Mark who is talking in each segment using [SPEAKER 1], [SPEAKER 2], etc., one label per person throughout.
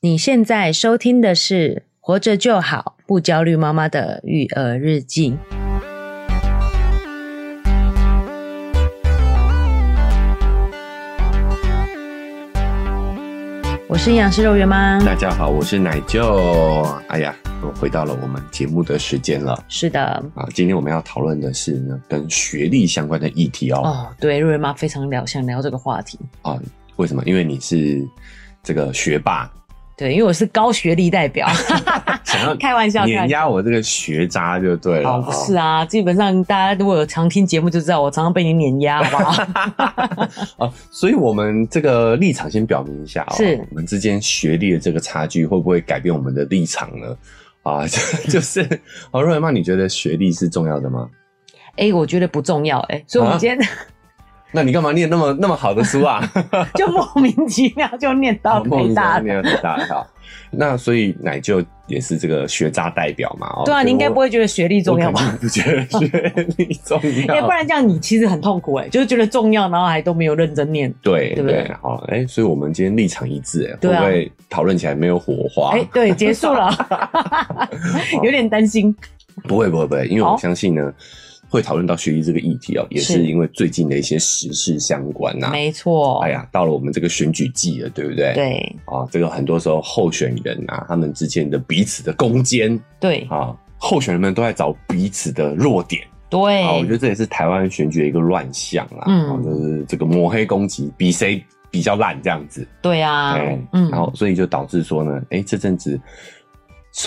[SPEAKER 1] 你现在收听的是《活着就好，不焦虑妈妈的育儿日记》。我是营养师肉圆妈。
[SPEAKER 2] 大家好，我是奶舅。哎呀，又回到了我们节目的时间了
[SPEAKER 1] 是的，
[SPEAKER 2] 啊！今天我们要讨论的是呢，跟学历相关的议题哦。
[SPEAKER 1] 哦，对，肉圆妈非常聊想聊这个话题。
[SPEAKER 2] 啊，为什么？因为你是这个学霸，
[SPEAKER 1] 对，因为我是高学历代 表，
[SPEAKER 2] 想要
[SPEAKER 1] 开玩笑，开
[SPEAKER 2] 碾
[SPEAKER 1] 玩笑。
[SPEAKER 2] 压我这个学渣就对了。
[SPEAKER 1] 哦，不是啊，基本上大家如果有常听节目就知道，我常常被你碾压，好不 好？
[SPEAKER 2] 哦、啊，所以我们这个立场先表明一下哦，
[SPEAKER 1] 是
[SPEAKER 2] 我们之间学历的这个差距会不会改变我们的立场呢？啊， 就就是，哦，若圆妈，你觉得学历是重要的吗？
[SPEAKER 1] 哎、我觉得不重要、哎，所以我
[SPEAKER 2] 啊
[SPEAKER 1] 们今天
[SPEAKER 2] 那你干嘛念那么那么好的书啊？
[SPEAKER 1] 就莫名其妙就念到
[SPEAKER 2] 哦莫名
[SPEAKER 1] 北
[SPEAKER 2] 其
[SPEAKER 1] 大
[SPEAKER 2] 妙
[SPEAKER 1] 了。
[SPEAKER 2] 念到台大好。那所以奶舅也是这个学渣代表嘛？哦，
[SPEAKER 1] 对啊，
[SPEAKER 2] 所以
[SPEAKER 1] 你应该
[SPEAKER 2] 我
[SPEAKER 1] 不会觉得学历重要吧？？
[SPEAKER 2] 我肯定不觉得学历
[SPEAKER 1] 要
[SPEAKER 2] 重
[SPEAKER 1] 不
[SPEAKER 2] 要。
[SPEAKER 1] 然这样你其实很痛苦哎、就是觉得重要，然后还都没有认真念。
[SPEAKER 2] 对
[SPEAKER 1] 对不对
[SPEAKER 2] 对，好，哎，所以我们今天立场一致，哎，
[SPEAKER 1] 对
[SPEAKER 2] 会
[SPEAKER 1] 啊
[SPEAKER 2] 不会讨论起来没有火花
[SPEAKER 1] 哎、？对，结束 了，有点担心。
[SPEAKER 2] 不会，不会，不会，因为
[SPEAKER 1] 好
[SPEAKER 2] 我相信呢，会讨论到学历这个议题哦，也
[SPEAKER 1] 是
[SPEAKER 2] 是因为最近的一些时事相关呐。
[SPEAKER 1] 没错，
[SPEAKER 2] 哎呀，到了我们这个选举季了，对不对？。
[SPEAKER 1] 对
[SPEAKER 2] 啊，这个很多时候候选人啊，他们之间的彼此的攻坚
[SPEAKER 1] 对
[SPEAKER 2] 啊，候选人们都在找彼此的弱点。
[SPEAKER 1] 对，
[SPEAKER 2] 啊，我觉得这也是台湾选举的一个乱象啦，
[SPEAKER 1] 嗯
[SPEAKER 2] 啊就是这个抹黑攻击，比谁比较烂这样子，
[SPEAKER 1] 对啊
[SPEAKER 2] 哎、，
[SPEAKER 1] 嗯，
[SPEAKER 2] 然后所以就导致说呢，哎、这阵子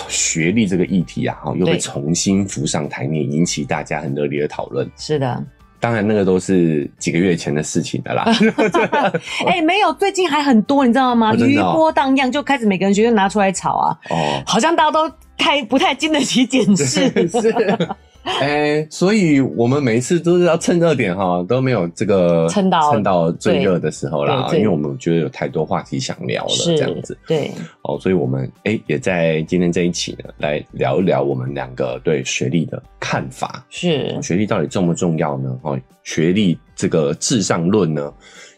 [SPEAKER 2] 学历这个议题啊，哈，又
[SPEAKER 1] 对
[SPEAKER 2] 被重新浮上台面，引起大家很热烈的讨论。
[SPEAKER 1] 是的，
[SPEAKER 2] 当然，那个都是几个月前的事情的 啦。
[SPEAKER 1] 哎、没有，最近还很多，你知道吗？
[SPEAKER 2] 哦真
[SPEAKER 1] 余
[SPEAKER 2] 的哦
[SPEAKER 1] 波荡漾，就开始每个人学就拿出来炒啊，
[SPEAKER 2] 哦，
[SPEAKER 1] 好像大家都太不太经得起检 视。
[SPEAKER 2] 是。哎、所以我们每一次都是要趁热点哈，都没有这个
[SPEAKER 1] 趁到
[SPEAKER 2] 趁到最热的时候啦，
[SPEAKER 1] 对对
[SPEAKER 2] 因为我们觉得有太多话题想聊了，这样子。
[SPEAKER 1] 对，
[SPEAKER 2] 哦，所以我们哎、也在今天这一期呢，来聊一聊我们两个对学历的看法。
[SPEAKER 1] 是，
[SPEAKER 2] 学历到底重不重要呢？哦，学历这个至上论呢，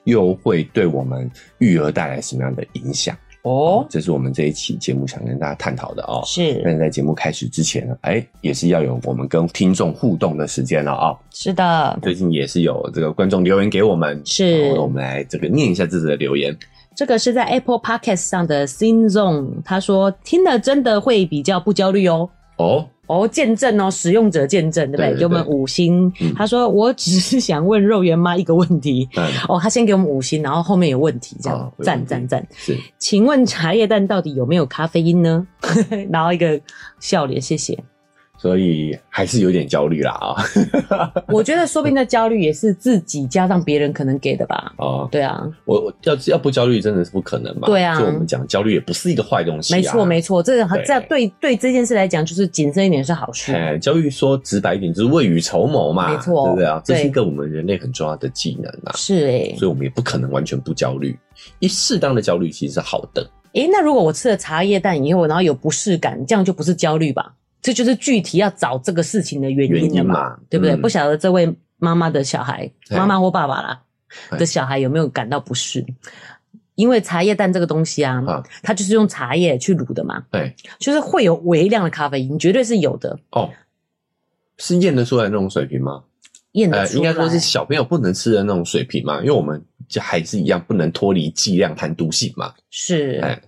[SPEAKER 2] 又会对我们育儿带来什么样的影响？
[SPEAKER 1] 哦，
[SPEAKER 2] 这是我们这一期节目想跟大家探讨的哦。
[SPEAKER 1] 是，
[SPEAKER 2] 但是在节目开始之前呢，哎，也是要有我们跟听众互动的时间了啊、
[SPEAKER 1] 是的，
[SPEAKER 2] 最近也是有这个观众留言给我们，
[SPEAKER 1] 是
[SPEAKER 2] 哦我们来这个念一下这次的留言。
[SPEAKER 1] 这个是在 Apple Podcast 上的 Sin Zone，他说听了真的会比较不焦虑哦。
[SPEAKER 2] 哦，
[SPEAKER 1] 哦，见证哦，使用者见证，对不对？
[SPEAKER 2] 对对
[SPEAKER 1] 给我们五星。
[SPEAKER 2] 嗯
[SPEAKER 1] 他说：“我只是想问肉圆妈一个问题。
[SPEAKER 2] 嗯，”
[SPEAKER 1] 哦，他先给我们五星，然后后面有问题，这样
[SPEAKER 2] 哦有
[SPEAKER 1] 赞
[SPEAKER 2] 问题
[SPEAKER 1] 赞赞。
[SPEAKER 2] 是
[SPEAKER 1] 请问茶叶蛋到底有没有咖啡因呢？ 然后一个笑脸，谢谢。
[SPEAKER 2] 所以还是有点焦虑啦啊、
[SPEAKER 1] 我觉得说不定那焦虑也是自己加上别人可能给的吧。
[SPEAKER 2] 哦，
[SPEAKER 1] 对啊，
[SPEAKER 2] 我我要要不焦虑真的是不可能嘛？
[SPEAKER 1] 对啊
[SPEAKER 2] 就我们讲焦虑也不是一个坏东西、啊，
[SPEAKER 1] 没错没
[SPEAKER 2] 错。
[SPEAKER 1] 错，这
[SPEAKER 2] 对
[SPEAKER 1] 这对对这件事来讲，就是谨慎一点是好事。
[SPEAKER 2] 哎，焦虑说直白一点，就是未雨绸缪嘛，
[SPEAKER 1] 没错
[SPEAKER 2] 对不对啊？这
[SPEAKER 1] 对
[SPEAKER 2] 是一个我们人类很重要的技能啊，
[SPEAKER 1] 是哎、
[SPEAKER 2] 所以我们也不可能完全不焦虑。一适当的焦虑其实是好的，
[SPEAKER 1] 诶、那如果我吃了茶叶蛋以后，然后有不适感，这样就不是焦虑吧？这就是具体要找这个事情的原因
[SPEAKER 2] 原
[SPEAKER 1] 了
[SPEAKER 2] 因
[SPEAKER 1] 嘛，
[SPEAKER 2] 嘛，
[SPEAKER 1] 对不对？
[SPEAKER 2] 嗯
[SPEAKER 1] 不晓得这位妈妈的小孩，
[SPEAKER 2] 哎
[SPEAKER 1] 妈妈或爸爸啦
[SPEAKER 2] 哎
[SPEAKER 1] 的小孩有没有感到不适？因为茶叶蛋这个东西啊，
[SPEAKER 2] 啊
[SPEAKER 1] 它就是用茶叶去卤的嘛，
[SPEAKER 2] 对
[SPEAKER 1] 就是会有微量的咖啡因，绝对是有的，
[SPEAKER 2] 哦，是验得出来那种水平吗？
[SPEAKER 1] 验得
[SPEAKER 2] 呃，
[SPEAKER 1] 出来。
[SPEAKER 2] 应该说是小朋友不能吃的那种水平嘛，因为我们就还是一样不能脱离剂量谈毒性嘛。
[SPEAKER 1] 是，
[SPEAKER 2] 哎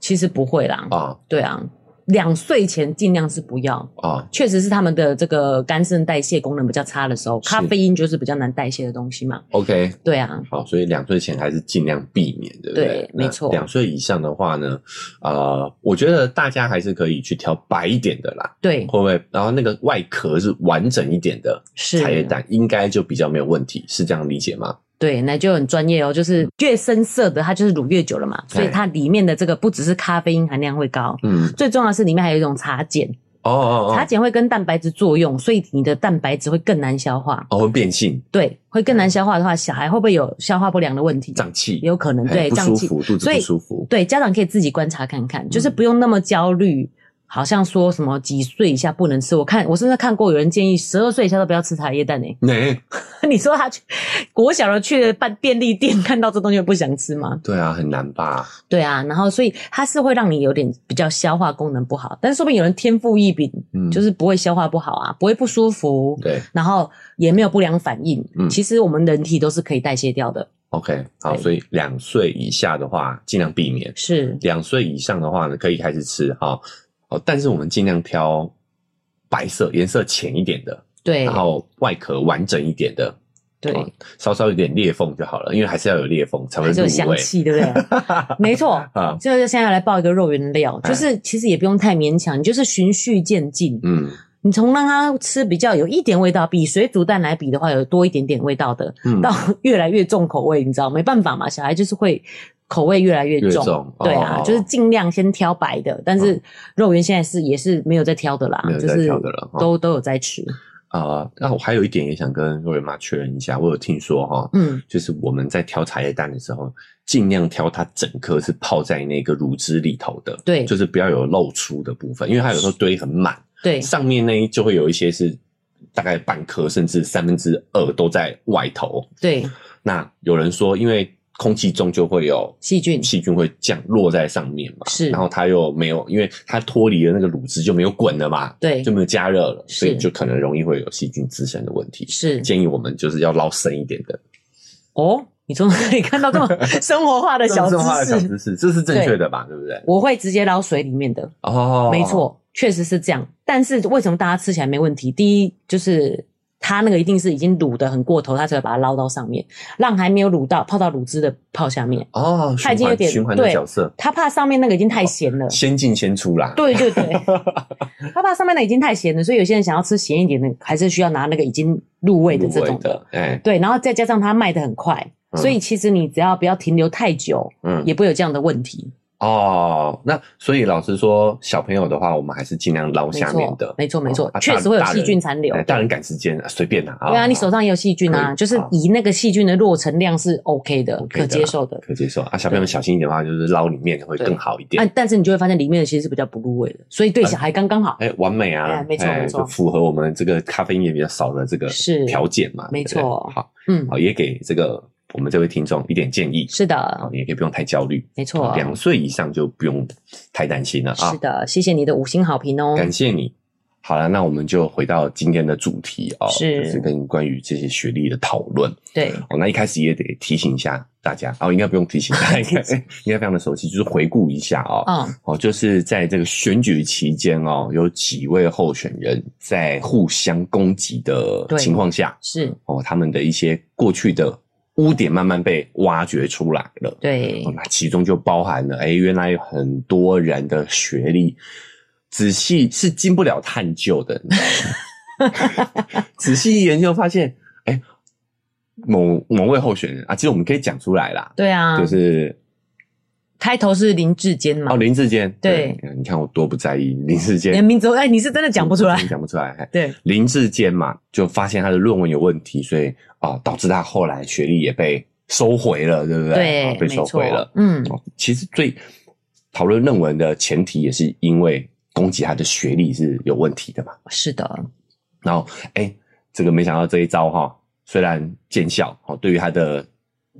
[SPEAKER 1] 其实不会啦，
[SPEAKER 2] 啊
[SPEAKER 1] 对啊，两岁前尽量是不要。
[SPEAKER 2] 啊，
[SPEAKER 1] 确实是他们的这个肝肾代谢功能比较差的时候，
[SPEAKER 2] 是
[SPEAKER 1] 咖啡因就是比较难代谢的东西嘛。
[SPEAKER 2] OK，
[SPEAKER 1] 对啊，
[SPEAKER 2] 好，所以两岁前还是尽量避免，对不
[SPEAKER 1] 对
[SPEAKER 2] 对？
[SPEAKER 1] 没错
[SPEAKER 2] 两岁以上的话呢，呃，我觉得大家还是可以去挑白一点的啦，
[SPEAKER 1] 对，
[SPEAKER 2] 会不会？然后那个外壳是完整一点的
[SPEAKER 1] 是
[SPEAKER 2] 茶叶蛋，应该就比较没有问题，是这样理解吗？
[SPEAKER 1] 对，那就很专业哦。就是越深色的，它就是卤越久了嘛，
[SPEAKER 2] 哎
[SPEAKER 1] 所以它里面的这个不只是咖啡因含量会高，
[SPEAKER 2] 嗯，
[SPEAKER 1] 最重要的是里面还有一种茶碱，
[SPEAKER 2] 哦哦
[SPEAKER 1] 茶
[SPEAKER 2] 哦，
[SPEAKER 1] 碱会跟蛋白质作用，所以你的蛋白质会更难消化。
[SPEAKER 2] 哦，会变性、
[SPEAKER 1] 对，会
[SPEAKER 2] 哎
[SPEAKER 1] 更难消化的话，小孩会不会有消化不良的问题？
[SPEAKER 2] 胀气，
[SPEAKER 1] 有可能对
[SPEAKER 2] 哎不
[SPEAKER 1] 胀
[SPEAKER 2] 舒
[SPEAKER 1] 气
[SPEAKER 2] 服，肚子
[SPEAKER 1] 所以
[SPEAKER 2] 不舒服，
[SPEAKER 1] 对，家长可以自己观察看看，就是不用那么焦虑。好像说什么几岁以下不能吃。我看我甚至看过有人建议十二岁以下都不要吃茶叶蛋诶、欸
[SPEAKER 2] 那、
[SPEAKER 1] 你说他去国小的去了办便利店看到这东西不想吃吗？
[SPEAKER 2] 对啊，很难吧？
[SPEAKER 1] 对啊，然后所以它是会让你有点比较消化功能不好，但是说不定有人天赋异禀，
[SPEAKER 2] 嗯，
[SPEAKER 1] 就是不会消化不好啊，不会不舒服，
[SPEAKER 2] 对
[SPEAKER 1] 然后也没有不良反应。
[SPEAKER 2] 嗯
[SPEAKER 1] 其实我们人体都是可以代谢掉的，
[SPEAKER 2] ，OK，好，
[SPEAKER 1] 对
[SPEAKER 2] 所以两岁以下的话，尽量避免；
[SPEAKER 1] 是
[SPEAKER 2] 两岁以上的话呢，可以开始吃哈。哦，但是我们尽量挑白色、颜色浅一点的，
[SPEAKER 1] 对
[SPEAKER 2] 然后外壳完整一点的，
[SPEAKER 1] 对，
[SPEAKER 2] 哦稍稍有点裂缝就好了，因为还是要有裂缝才会
[SPEAKER 1] 还是
[SPEAKER 2] 入
[SPEAKER 1] 有香
[SPEAKER 2] 味。
[SPEAKER 1] 气，对不对？没错。
[SPEAKER 2] 啊，
[SPEAKER 1] 就是现在要来报一个肉圆料，
[SPEAKER 2] 哎
[SPEAKER 1] 就是其实也不用太勉强，你就是循序渐进，
[SPEAKER 2] 嗯
[SPEAKER 1] 你从让它吃比较有一点味道，比水煮蛋来比的话有多一点点味道的，
[SPEAKER 2] 嗯，
[SPEAKER 1] 到越来越重口味，你知道没办法嘛，小孩就是会口味越来越
[SPEAKER 2] 越
[SPEAKER 1] 重。
[SPEAKER 2] 重，
[SPEAKER 1] 对啊，
[SPEAKER 2] 哦
[SPEAKER 1] 就是尽量先挑白的，但是肉圆现在是也是没有在挑的啦，
[SPEAKER 2] 没有在挑的哦了
[SPEAKER 1] 就是都都有在吃。
[SPEAKER 2] 啊。那我还有一点也想跟瑞妈确认一下，我有听说哈，
[SPEAKER 1] 嗯，
[SPEAKER 2] 就是我们在挑茶叶蛋的时候，尽量挑它整颗是泡在那个乳汁里头的，
[SPEAKER 1] 对
[SPEAKER 2] 就是不要有露出的部分，因为它有时候堆很满，
[SPEAKER 1] 对，
[SPEAKER 2] 上面那一就会有一些是大概半颗甚至三分之二都在外头。
[SPEAKER 1] 对，
[SPEAKER 2] 那有人说，因为空气中就会有
[SPEAKER 1] 细菌
[SPEAKER 2] 细菌会降落在上面嘛，
[SPEAKER 1] 是
[SPEAKER 2] 然后它又没有，因为它脱离了那个乳汁就没有滚了嘛，
[SPEAKER 1] 对
[SPEAKER 2] 就没有加热了，
[SPEAKER 1] 是
[SPEAKER 2] 所以就可能容易会有细菌滋生的问题。
[SPEAKER 1] 是
[SPEAKER 2] 建议我们就是要捞深一点的
[SPEAKER 1] 哦。你从哪里看到这么 生活化的小知
[SPEAKER 2] 这种话的小
[SPEAKER 1] 识？
[SPEAKER 2] 知识，这是正确的吧？对不对？
[SPEAKER 1] 我会直接捞水里面的，
[SPEAKER 2] 哦，
[SPEAKER 1] 没，错，确实是这样。但是为什么大家吃起来没问题？第一就是它那个一定是已经卤的很过头，它才会把它捞到上面，让还没有卤到泡到卤汁的泡下面。
[SPEAKER 2] 哦，
[SPEAKER 1] 它已经有点
[SPEAKER 2] 循环循环的
[SPEAKER 1] 对
[SPEAKER 2] 角色，
[SPEAKER 1] 它怕上面那个已经太咸了。
[SPEAKER 2] 先进先出啦。
[SPEAKER 1] 对对 对，它怕上面那已经太咸了，所以有些人想要吃咸一点的，还是需要拿那个已经入味的这种
[SPEAKER 2] 入
[SPEAKER 1] 的。
[SPEAKER 2] 味，哎，
[SPEAKER 1] 对，然后再加上它卖的很快，
[SPEAKER 2] 嗯
[SPEAKER 1] 所以其实你只要不要停留太久，
[SPEAKER 2] 嗯，
[SPEAKER 1] 也不会有这样的问题。
[SPEAKER 2] 哦，那所以老实说，小朋友的话，我们还是尽量捞
[SPEAKER 1] 没
[SPEAKER 2] 下面
[SPEAKER 1] 错
[SPEAKER 2] 的，，
[SPEAKER 1] 没错，没错
[SPEAKER 2] 啊，
[SPEAKER 1] 确实会有细菌残留
[SPEAKER 2] 大。人哎大人赶时间，啊随便啦。
[SPEAKER 1] 对啊，你手上也有细菌
[SPEAKER 2] 可
[SPEAKER 1] 啊，
[SPEAKER 2] 以
[SPEAKER 1] 就是以那个细菌的落成量是 OK 的，
[SPEAKER 2] OK 的
[SPEAKER 1] 可接受的。
[SPEAKER 2] 可接受啊，小朋友小心一点的话，就是捞里面会更好一点
[SPEAKER 1] 但。啊但是你就会发现里面的其实是比较不入味的，所以对小孩刚刚好。
[SPEAKER 2] 哎，完美啊！
[SPEAKER 1] 哎没错没错
[SPEAKER 2] 就符合我们这个咖啡因也比较少的这个
[SPEAKER 1] 是
[SPEAKER 2] 条件嘛，
[SPEAKER 1] 没
[SPEAKER 2] 对不对
[SPEAKER 1] 错
[SPEAKER 2] 好，
[SPEAKER 1] 嗯，
[SPEAKER 2] 好，也给这个我们这位听众一点建议，
[SPEAKER 1] 是的，，
[SPEAKER 2] 啊也可以不用太焦虑，啊
[SPEAKER 1] 没错，
[SPEAKER 2] 两岁以上就不用太担心了啊
[SPEAKER 1] 是。的，谢谢你的五星好评哦。
[SPEAKER 2] 感谢你。好了，那我们就回到今天的主题哦，
[SPEAKER 1] 是
[SPEAKER 2] 就是跟关于这些学历的讨论。
[SPEAKER 1] 对，
[SPEAKER 2] 哦，那一开始也得提醒一下大家哦，应该不用提 醒，大家应该 应该非常的熟悉，就是回顾一下哦。
[SPEAKER 1] 嗯，
[SPEAKER 2] 哦，就是在这个选举期间哦，有几位候选人在互相攻击的
[SPEAKER 1] 对
[SPEAKER 2] 情况下，
[SPEAKER 1] 是
[SPEAKER 2] 哦，他们的一些过去的污点慢慢被挖掘出来了。
[SPEAKER 1] 对
[SPEAKER 2] 哦，那其中就包含了，哎，原来有很多人的学历仔细是经不了探究的，你知道吗 仔细一研究发现，哎，某某位候选人啊，其实我们可以讲出来啦，
[SPEAKER 1] 对啊，
[SPEAKER 2] 就是
[SPEAKER 1] 开头是林志坚嘛
[SPEAKER 2] 哦，，林志坚，
[SPEAKER 1] 对
[SPEAKER 2] 你看我多不在意林志
[SPEAKER 1] 你的
[SPEAKER 2] 坚，
[SPEAKER 1] 名字哎，你是真的讲不出来
[SPEAKER 2] 真的。讲不出来，嘿
[SPEAKER 1] 对，
[SPEAKER 2] 林志坚嘛，就发现他的论文有问题，所以啊、导致他后来学历也被收回了，对不对？啊
[SPEAKER 1] 对，
[SPEAKER 2] 被
[SPEAKER 1] 没
[SPEAKER 2] 收
[SPEAKER 1] 错
[SPEAKER 2] 回了。。
[SPEAKER 1] 嗯，
[SPEAKER 2] 哦，其实最讨论论文的前提也是因为攻击他的学历是有问题的嘛。
[SPEAKER 1] 是的，
[SPEAKER 2] 然后，哎，这个没想到这一招哈、虽然见效哦，对于他的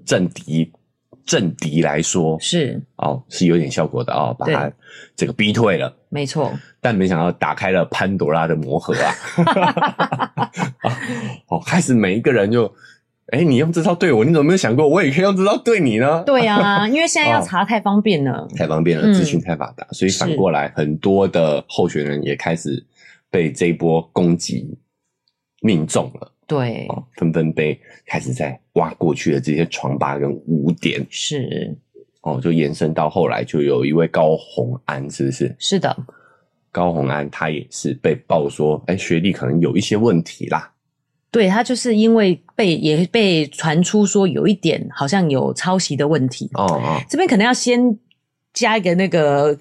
[SPEAKER 2] 政敌政敌来说
[SPEAKER 1] 是
[SPEAKER 2] 哦是有点效果的哦，把他这个逼退了。
[SPEAKER 1] 没错，
[SPEAKER 2] 但没想到打开了潘多拉的魔盒啊！ 哦，开始每一个人就，哎、你用这招对我，你怎么没有想过我也可以用这招对你呢？
[SPEAKER 1] 对 啊，因为现在要
[SPEAKER 2] 哦
[SPEAKER 1] 查太方便了。
[SPEAKER 2] 太方便了，
[SPEAKER 1] 嗯
[SPEAKER 2] 资讯太发达，所以反
[SPEAKER 1] 是
[SPEAKER 2] 过来，很多的候选人也开始被这一波攻击命中了，
[SPEAKER 1] 对，
[SPEAKER 2] 哦，纷纷被开始在挖过去的这些疮疤跟污点，
[SPEAKER 1] 是
[SPEAKER 2] 哦，就延伸到后来，就有一位高红安，是不是？
[SPEAKER 1] 是的，
[SPEAKER 2] 高红安他也是被爆说，哎、学历可能有一些问题啦，
[SPEAKER 1] 对他就是因为被也被传出说有一点好像有抄袭的问题，
[SPEAKER 2] 哦哦，
[SPEAKER 1] 这边可能要先加一个那个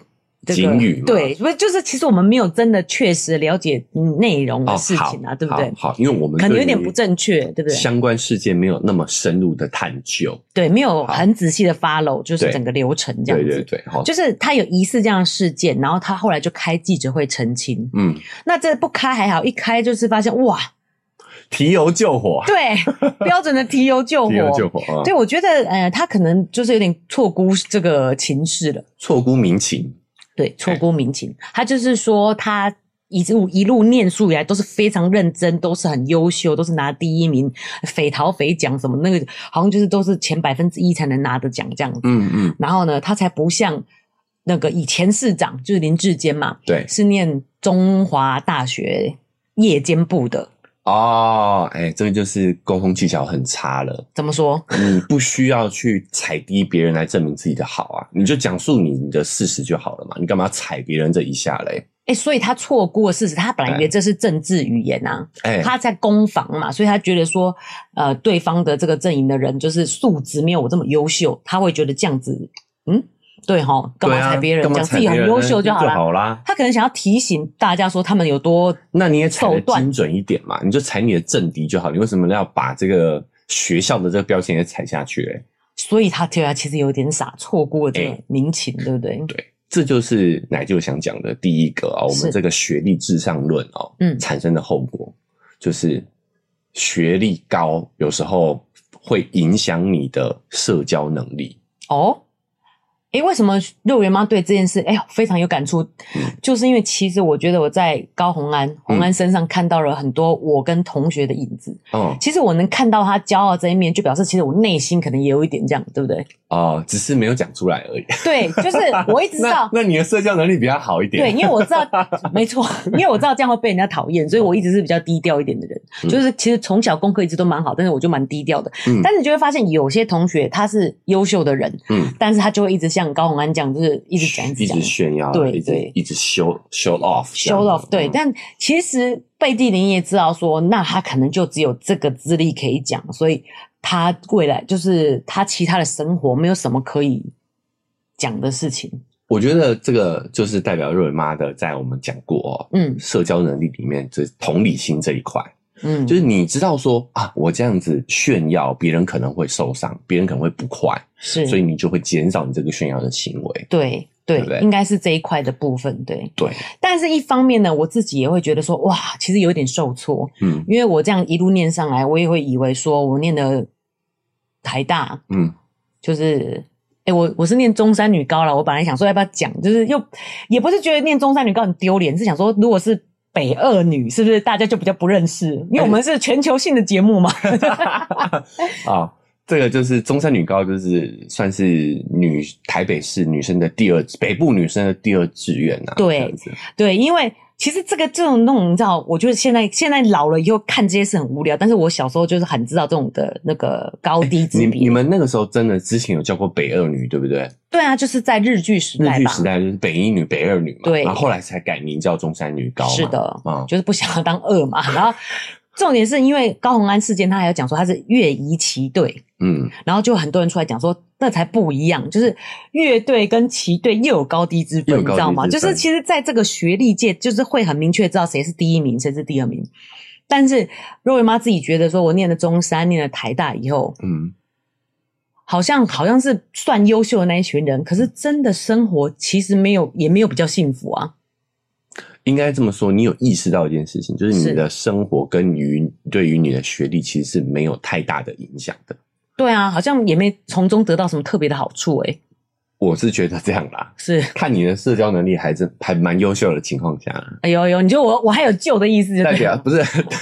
[SPEAKER 1] 这个
[SPEAKER 2] 警语嘛
[SPEAKER 1] 对，不就是其实我们没有真的确实了解嗯内容的
[SPEAKER 2] 哦，
[SPEAKER 1] 事
[SPEAKER 2] 好
[SPEAKER 1] 情啊，对不对？
[SPEAKER 2] 好，好因为我们
[SPEAKER 1] 可能有
[SPEAKER 2] 对
[SPEAKER 1] 点
[SPEAKER 2] 于
[SPEAKER 1] 不正确对不对
[SPEAKER 2] 相关事件没有那么深入的探究，
[SPEAKER 1] 对，没有
[SPEAKER 2] 好
[SPEAKER 1] 很仔细的 follow，就是
[SPEAKER 2] 对
[SPEAKER 1] 整个流程这样
[SPEAKER 2] 对
[SPEAKER 1] 子。
[SPEAKER 2] 对对，好，
[SPEAKER 1] 就是他有疑似这样的事件，然后他后来就开记者会澄清。
[SPEAKER 2] 嗯，
[SPEAKER 1] 那这不开还好，一开就是发现哇，
[SPEAKER 2] 提油救火，
[SPEAKER 1] 对，标准的提油救
[SPEAKER 2] 提油救
[SPEAKER 1] 火。
[SPEAKER 2] 火啊，
[SPEAKER 1] 对，我觉得呃，他可能就是有点错估这个情势了，
[SPEAKER 2] 错估民情，
[SPEAKER 1] 对，错估民情。他就是说他。一路一路念书以来都是非常认真，都是很优秀，都是拿第一名，匪逃匪奖什么那个，好像就是都是前百分之一才能拿的奖这样子。
[SPEAKER 2] 嗯嗯，
[SPEAKER 1] 然后呢，他才不像那个以前市长就是林志坚嘛，
[SPEAKER 2] 对，
[SPEAKER 1] 是念中华大学夜间部的。
[SPEAKER 2] 哦，哎，这个就是沟通技巧很差 了。
[SPEAKER 1] 怎么说？
[SPEAKER 2] 你不需要去踩低别人来证明自己的好啊，你就讲述你的事实就好了嘛，你干嘛踩别人这一下嘞？
[SPEAKER 1] 哎、所以他错过了事实，他本来以为这是政治语言啊，
[SPEAKER 2] 哎、
[SPEAKER 1] 他在攻防嘛，所以他觉得说，呃，对方的这个阵营的人就是素质没有我这么优秀，他会觉得这样子，嗯，对哈，干
[SPEAKER 2] 对
[SPEAKER 1] 嘛
[SPEAKER 2] 啊
[SPEAKER 1] 踩别人，
[SPEAKER 2] 干嘛
[SPEAKER 1] 讲
[SPEAKER 2] 踩
[SPEAKER 1] 自己很
[SPEAKER 2] 别人嗯
[SPEAKER 1] 优秀
[SPEAKER 2] 就
[SPEAKER 1] 就好了。
[SPEAKER 2] 啦。
[SPEAKER 1] 他可能想要提醒大家说他们有多
[SPEAKER 2] 那你也踩
[SPEAKER 1] 手
[SPEAKER 2] 的
[SPEAKER 1] 段
[SPEAKER 2] 精准一点嘛，你就踩你的政敌就好，你为什么要把这个学校的这个标签也踩下去嘞？
[SPEAKER 1] 所以他对他其实有点傻，错过了这个
[SPEAKER 2] 哎
[SPEAKER 1] 民情，对不对？
[SPEAKER 2] 对，这就是奶舅想讲的第一个啊、我
[SPEAKER 1] 是
[SPEAKER 2] 们这个学历至上论啊、
[SPEAKER 1] 嗯
[SPEAKER 2] 产生的后果就是学历高有时候会影响你的社交能力。
[SPEAKER 1] 哦，诶，为什么肉圆妈对这件事哎呀非常有感触？
[SPEAKER 2] 嗯
[SPEAKER 1] 就是因为其实我觉得我在高红安、红安身上看到了很多我跟同学的影子。
[SPEAKER 2] 哦
[SPEAKER 1] 其实我能看到他骄傲这一面，就表示其实我内心可能也有一点这样，对不 对？
[SPEAKER 2] 哦，只是没有讲出来而已。
[SPEAKER 1] 对，就是我一直知
[SPEAKER 2] 那
[SPEAKER 1] 道。
[SPEAKER 2] 那你的社交能力比较好一点。
[SPEAKER 1] 对，因为我知道， 没错，因为我知道这样会被人家讨厌，所以我一直是比较低调一点的人。
[SPEAKER 2] 嗯
[SPEAKER 1] 就是其实从小功课一直都蛮好，但是我就蛮低调的。
[SPEAKER 2] 嗯
[SPEAKER 1] 但是你就会发现，有些同学他是优秀的人，
[SPEAKER 2] 嗯，
[SPEAKER 1] 但是他就会一直像高洪安这样，就是一直讲，一直
[SPEAKER 2] 一
[SPEAKER 1] 讲
[SPEAKER 2] 直，炫耀，啊
[SPEAKER 1] 对
[SPEAKER 2] 一直
[SPEAKER 1] 对
[SPEAKER 2] 一直 show show off 嗯
[SPEAKER 1] show off 对，
[SPEAKER 2] 但
[SPEAKER 1] 但其实贝蒂林也知道说，那他可能就只有这个资历可以讲，所以他未来就是他其他的生活没有什么可以讲的事情。
[SPEAKER 2] 我觉得这个就是代表瑞文妈的，在我们讲过、哦，
[SPEAKER 1] 嗯
[SPEAKER 2] 社交能力里面，就是同理心这一块。
[SPEAKER 1] 嗯，
[SPEAKER 2] 就是是你知道说啊，我这样子炫耀，别人可能会受伤，别人可能会不快，所以你就会减少你这个炫耀的行为。
[SPEAKER 1] 对。对
[SPEAKER 2] 对不对
[SPEAKER 1] 应该是这一块的部分，对。
[SPEAKER 2] 对，
[SPEAKER 1] 但是一方面呢，我自己也会觉得说，哇，其实有点受挫，
[SPEAKER 2] 嗯
[SPEAKER 1] 因为我这样一路念上来，我也会以为说我念的台大，
[SPEAKER 2] 嗯，
[SPEAKER 1] 就是，哎、我我是念中山女高了，我本来想说要不要讲，就是又也不是觉得念中山女高很丢脸，是想说如果是北二女，是不是大家就比较不认识？因为我们是全球性的节目嘛。
[SPEAKER 2] 啊，这个就是中山女高，就是算是女台北市女生的第二北部女生的第二志愿啊。
[SPEAKER 1] 对
[SPEAKER 2] 这样子
[SPEAKER 1] 对，因为其实这个这种那种，你知道，我觉得现在现在老了以后看这些事很无聊，但是我小时候就是很知道这种的那个高低之
[SPEAKER 2] 哎你
[SPEAKER 1] 别。
[SPEAKER 2] 你们那个时候真的之前有叫过北二女，对不对？
[SPEAKER 1] 对啊，就是在日剧时
[SPEAKER 2] 日
[SPEAKER 1] 代
[SPEAKER 2] 据
[SPEAKER 1] 吧，
[SPEAKER 2] 时代就是北一女、北二女嘛，
[SPEAKER 1] 对
[SPEAKER 2] 然后后来才改名叫中山女高嘛。
[SPEAKER 1] 是的，
[SPEAKER 2] 啊，
[SPEAKER 1] 就是不想要当二嘛。 然后重点是因为高洪安事件，他还有讲说他是越仪旗队。
[SPEAKER 2] 嗯，
[SPEAKER 1] 然后就很多人出来讲说，那才不一样，就是乐队跟旗队又有高低之分，
[SPEAKER 2] 又
[SPEAKER 1] 你
[SPEAKER 2] 有
[SPEAKER 1] 知道吗？
[SPEAKER 2] 高低
[SPEAKER 1] 就
[SPEAKER 2] 之分
[SPEAKER 1] 是其实在这个学历界，就是会很明确知道谁是第一名，谁是第二名。但是若瑞妈自己觉得说，我念了中山，念了台大以后，
[SPEAKER 2] 嗯，
[SPEAKER 1] 好像好像是算优秀的那一群人，可是真的生活其实没有，也没有比较幸福啊。
[SPEAKER 2] 应该这么说，你有意识到一件事情，就是你的生活跟于对于你的学历其实是没有太大的影响的。
[SPEAKER 1] 对啊，好像也没从中得到什么特别的好处、欸，诶
[SPEAKER 2] 我是觉得这样啦，
[SPEAKER 1] 是，
[SPEAKER 2] 看你的社交能力还真还蛮优秀的情况下，
[SPEAKER 1] 哎呦呦，你就我我还有救的意思就
[SPEAKER 2] 代
[SPEAKER 1] 对
[SPEAKER 2] 表
[SPEAKER 1] 了，
[SPEAKER 2] 不是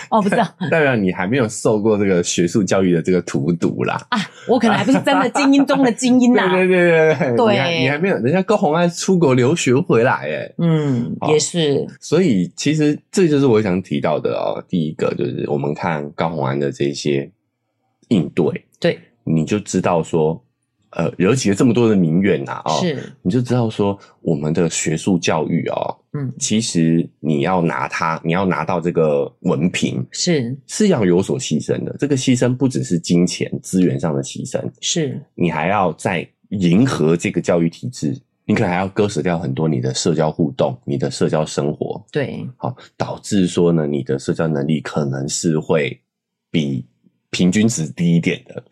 [SPEAKER 1] 哦，不知道。
[SPEAKER 2] 代表你还没有受过这个学术教育的这个荼毒啦。
[SPEAKER 1] 啊，我可能还不是真的精英中的精英
[SPEAKER 2] 对
[SPEAKER 1] 呐、
[SPEAKER 2] 对对对对，
[SPEAKER 1] 对
[SPEAKER 2] 你还你还没有，人家高红安出国留学回来哎，
[SPEAKER 1] 嗯，
[SPEAKER 2] 好
[SPEAKER 1] 也是，
[SPEAKER 2] 所以其实这就是我想提到的哦。第一个就是我们看高红安的这些应对，
[SPEAKER 1] 对，
[SPEAKER 2] 你就知道说，呃，惹起了这么多的民怨呐、啊，哦，
[SPEAKER 1] 是，
[SPEAKER 2] 你就知道说，我们的学术教育哦，
[SPEAKER 1] 嗯，
[SPEAKER 2] 其实你要拿它，你要拿到这个文凭，
[SPEAKER 1] 是，
[SPEAKER 2] 是要有所牺牲的。这个牺牲不只是金钱资源上的牺牲，
[SPEAKER 1] 是，
[SPEAKER 2] 你还要在迎合这个教育体制。你可能还要割舍掉很多你的社交互动、你的社交生活，
[SPEAKER 1] 对，
[SPEAKER 2] 好，导致说呢，你的社交能力可能是会比平均值低一点的。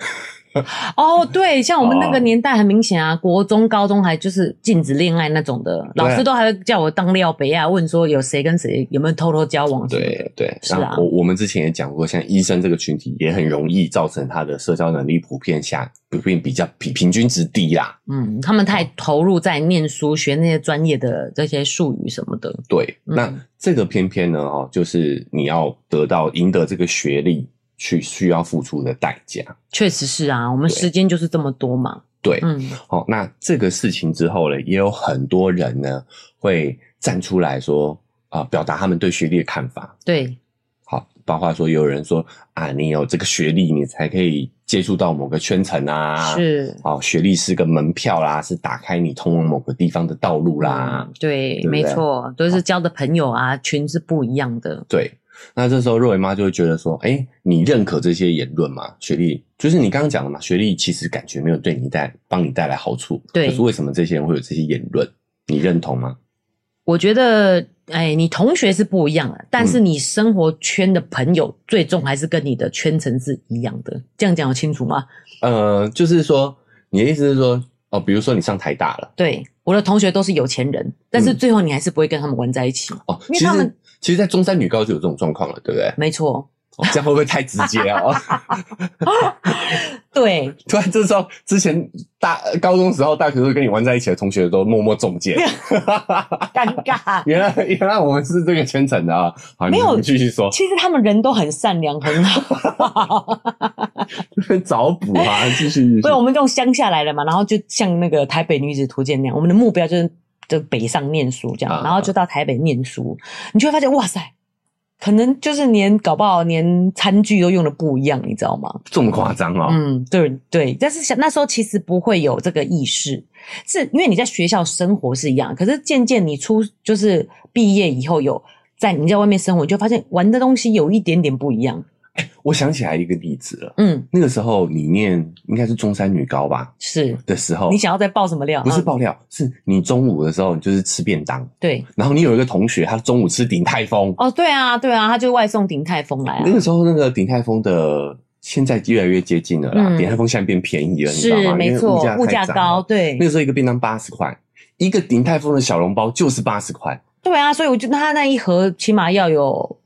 [SPEAKER 1] 哦，对，像我们那个
[SPEAKER 2] 哦
[SPEAKER 1] 年代很明显啊，国中、高中还就是禁止恋爱那种的，老师都还会叫我当廖北亚，问说有谁跟谁有没有偷偷交往什么的。
[SPEAKER 2] 对对，
[SPEAKER 1] 是啊
[SPEAKER 2] 那我我们之前也讲过，像医生这个群体也很容易造成他的社交能力普遍下普遍比较比平均值低啦。
[SPEAKER 1] 嗯，他们太投入在念书、学那些专业的这些术语什么的。
[SPEAKER 2] 对，
[SPEAKER 1] 嗯
[SPEAKER 2] 那这个偏偏呢，哦，就是你要得到赢得这个学历去需要付出的代价。
[SPEAKER 1] 确实是啊，我们
[SPEAKER 2] 对
[SPEAKER 1] 时间就是这么多嘛。
[SPEAKER 2] 对，
[SPEAKER 1] 嗯，
[SPEAKER 2] 好、那这个事情之后呢，也有很多人呢会站出来说啊、表达他们对学历的看法。
[SPEAKER 1] 对，
[SPEAKER 2] 好，包括说也有人说啊，你有这个学历，你才可以接触到某个圈层啊。。
[SPEAKER 1] 是
[SPEAKER 2] 好，学历是个门票啦，是打开你通往某个地方的道路啦。
[SPEAKER 1] 嗯对，
[SPEAKER 2] 对不对
[SPEAKER 1] 没错，都是交的朋友啊，群是不一样的。
[SPEAKER 2] 对，那这时候若维妈就会觉得说，哎、你认可这些言论吗？学历就是你刚刚讲的嘛，学历其实感觉没有对你带帮你带来好处。
[SPEAKER 1] 对
[SPEAKER 2] 可是为什么这些人会有这些言论？你认同吗？
[SPEAKER 1] 我觉得，哎，你同学是不一样的，但是你生活圈的朋友，最终还是跟你的圈层是一样的。这样讲有清楚吗？
[SPEAKER 2] 呃，就是说，你的意思是说，哦，比如说你上台大了，
[SPEAKER 1] 对，我的同学都是有钱人，但是最后你还是不会跟他们玩在一起。
[SPEAKER 2] 哦，
[SPEAKER 1] 因为
[SPEAKER 2] 其
[SPEAKER 1] 他
[SPEAKER 2] 实
[SPEAKER 1] 们
[SPEAKER 2] 其实，在中山女高就有这种状况了，对不对？
[SPEAKER 1] 没错，
[SPEAKER 2] 哦这样会不会太直接哦？
[SPEAKER 1] 对，
[SPEAKER 2] 突然这时候，之前大高中时候、大学时候跟你玩在一起的同学都默默中箭。
[SPEAKER 1] 尴尬。
[SPEAKER 2] 原来原来我们是这个圈层的啊！好，
[SPEAKER 1] 没
[SPEAKER 2] 你
[SPEAKER 1] 有
[SPEAKER 2] 你继续 说，
[SPEAKER 1] 其实他们人都很善良，很好。
[SPEAKER 2] 找补 啊，继续继续
[SPEAKER 1] 所以。我们这种乡下来的嘛，然后就像那个台北女子图鉴那样，我们的目标就是就北上念书这样，
[SPEAKER 2] 啊
[SPEAKER 1] 然后就到台北念书，你就会发现哇塞，可能就是连搞不好连餐具都用的不一样，你知道吗？
[SPEAKER 2] 这么夸张哦？
[SPEAKER 1] 嗯，对对，但是想那时候其实不会有这个意识，是因为你在学校生活是一样，可是渐渐你出就是毕业以后有在你在外面生活，你就发现玩的东西有一点点不一样。
[SPEAKER 2] 我想起来一个例子了，
[SPEAKER 1] 嗯，
[SPEAKER 2] 那个时候你念应该是中山女高吧
[SPEAKER 1] 是
[SPEAKER 2] 的时候
[SPEAKER 1] 你，想要再爆什么料？
[SPEAKER 2] 不是
[SPEAKER 1] 嗯
[SPEAKER 2] 爆料，是你中午的时候你就是吃便当，
[SPEAKER 1] 对
[SPEAKER 2] 然后你有一个同学他中午吃鼎泰丰，
[SPEAKER 1] 哦，对啊对啊，他就外送鼎泰丰来啊
[SPEAKER 2] 那，个时候那个鼎泰丰的。现在越来越接近了啦，
[SPEAKER 1] 嗯
[SPEAKER 2] 鼎泰丰现在变便宜了，你知道
[SPEAKER 1] 是
[SPEAKER 2] 吗？因
[SPEAKER 1] 没
[SPEAKER 2] 为
[SPEAKER 1] 错，物
[SPEAKER 2] 物
[SPEAKER 1] 价
[SPEAKER 2] 价太涨
[SPEAKER 1] 高，，
[SPEAKER 2] 了
[SPEAKER 1] 对
[SPEAKER 2] 那个时候一个便当八十块，一个鼎泰丰的小笼包就是八十块，
[SPEAKER 1] 对啊，所以我觉得他那一盒起码要有，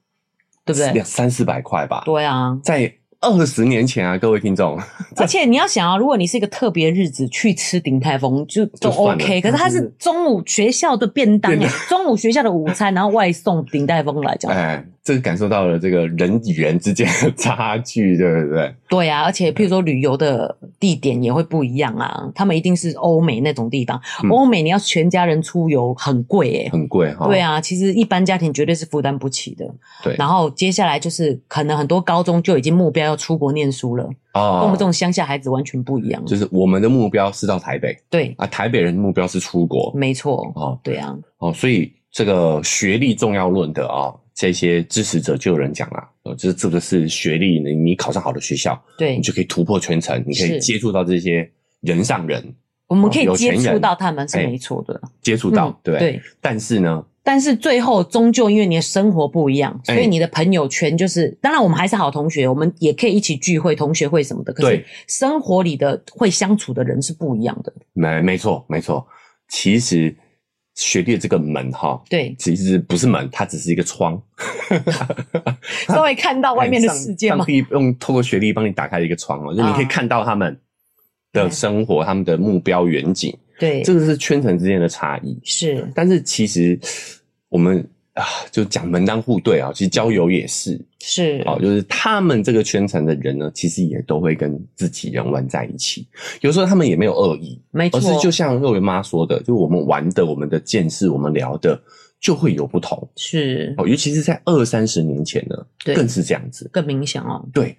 [SPEAKER 1] 对不对
[SPEAKER 2] 两？三四百块吧。
[SPEAKER 1] 对啊，
[SPEAKER 2] 在二十年前啊，各位 听众，
[SPEAKER 1] 而且你要想啊，如果你是一个特别日子去吃鼎泰丰，就都
[SPEAKER 2] 就算了
[SPEAKER 1] OK。可是它
[SPEAKER 2] 就是
[SPEAKER 1] 是中午学校的便当、
[SPEAKER 2] 便
[SPEAKER 1] 欸，中午学校的午餐，然后外送鼎泰丰来讲，
[SPEAKER 2] 哎，这个感受到了这个人与人之间的差距，对不对？
[SPEAKER 1] 对啊。而且譬如说旅游的地点也会不一样啊，他们一定是欧美那种地方
[SPEAKER 2] 嗯，
[SPEAKER 1] 欧、美你要全家人出游很贵诶、
[SPEAKER 2] 很贵哈。
[SPEAKER 1] 对，啊，其实一般家庭绝对是负担不起的。
[SPEAKER 2] 对
[SPEAKER 1] 然后接下来就是可能很多高中就已经目标要出国念书了，跟我们这
[SPEAKER 2] 哦，
[SPEAKER 1] 种乡下孩子完全不一样。
[SPEAKER 2] 就是我们的目标是到台北
[SPEAKER 1] 对，
[SPEAKER 2] 啊，台北人的目标是出国
[SPEAKER 1] 没错，
[SPEAKER 2] 哦
[SPEAKER 1] 对啊，
[SPEAKER 2] 哦，所以这个学历重要论的啊、哦，这些支持者就有人讲啦，哦，就是这个是学历，你你考上好的学校，
[SPEAKER 1] 对
[SPEAKER 2] 你。就可以突破圈层，你可以
[SPEAKER 1] 是
[SPEAKER 2] 接触到这些人上人，
[SPEAKER 1] 我们可以
[SPEAKER 2] 哦有
[SPEAKER 1] 接
[SPEAKER 2] 钱
[SPEAKER 1] 触
[SPEAKER 2] 人
[SPEAKER 1] 到他们是
[SPEAKER 2] 哎
[SPEAKER 1] 没错的，
[SPEAKER 2] 接触到、
[SPEAKER 1] 嗯
[SPEAKER 2] 对不对。
[SPEAKER 1] 对。
[SPEAKER 2] 但是呢，
[SPEAKER 1] 但是最后终究因为你的生活不一样，所
[SPEAKER 2] 哎
[SPEAKER 1] 以你的朋友圈就是，当然我们还是好同学，我们也可以一起聚会、同学会什么的。可是
[SPEAKER 2] 对
[SPEAKER 1] 生活里的会相处的人是不一样的。
[SPEAKER 2] 没没错没错，其实学历这个门哈、
[SPEAKER 1] 对，
[SPEAKER 2] 其实不是门，它只是一个窗，
[SPEAKER 1] 稍微看到外面的世界
[SPEAKER 2] 哎
[SPEAKER 1] 啊
[SPEAKER 2] 上
[SPEAKER 1] 嘛
[SPEAKER 2] 上。帝用透过学历帮你打开了一个窗哦，就你可以看到他们的生活、他们的目标、远景，
[SPEAKER 1] 对，
[SPEAKER 2] 这个是圈层之间的差异。
[SPEAKER 1] 是
[SPEAKER 2] 但是其实我们啊，就讲门当户对啊，其实交友也是
[SPEAKER 1] 是，
[SPEAKER 2] 哦，就是他们这个圈层的人呢，其实也都会跟自己人玩在一起，有时候他们也没有恶意，
[SPEAKER 1] 没错
[SPEAKER 2] 而，是就像肉圆妈说的，就我们玩的、我们的见识、我们聊的，就会有不同。
[SPEAKER 1] 是
[SPEAKER 2] 哦，尤其是在二三十年前呢，
[SPEAKER 1] 对
[SPEAKER 2] 更是这样子。
[SPEAKER 1] 更明显哦。
[SPEAKER 2] 对，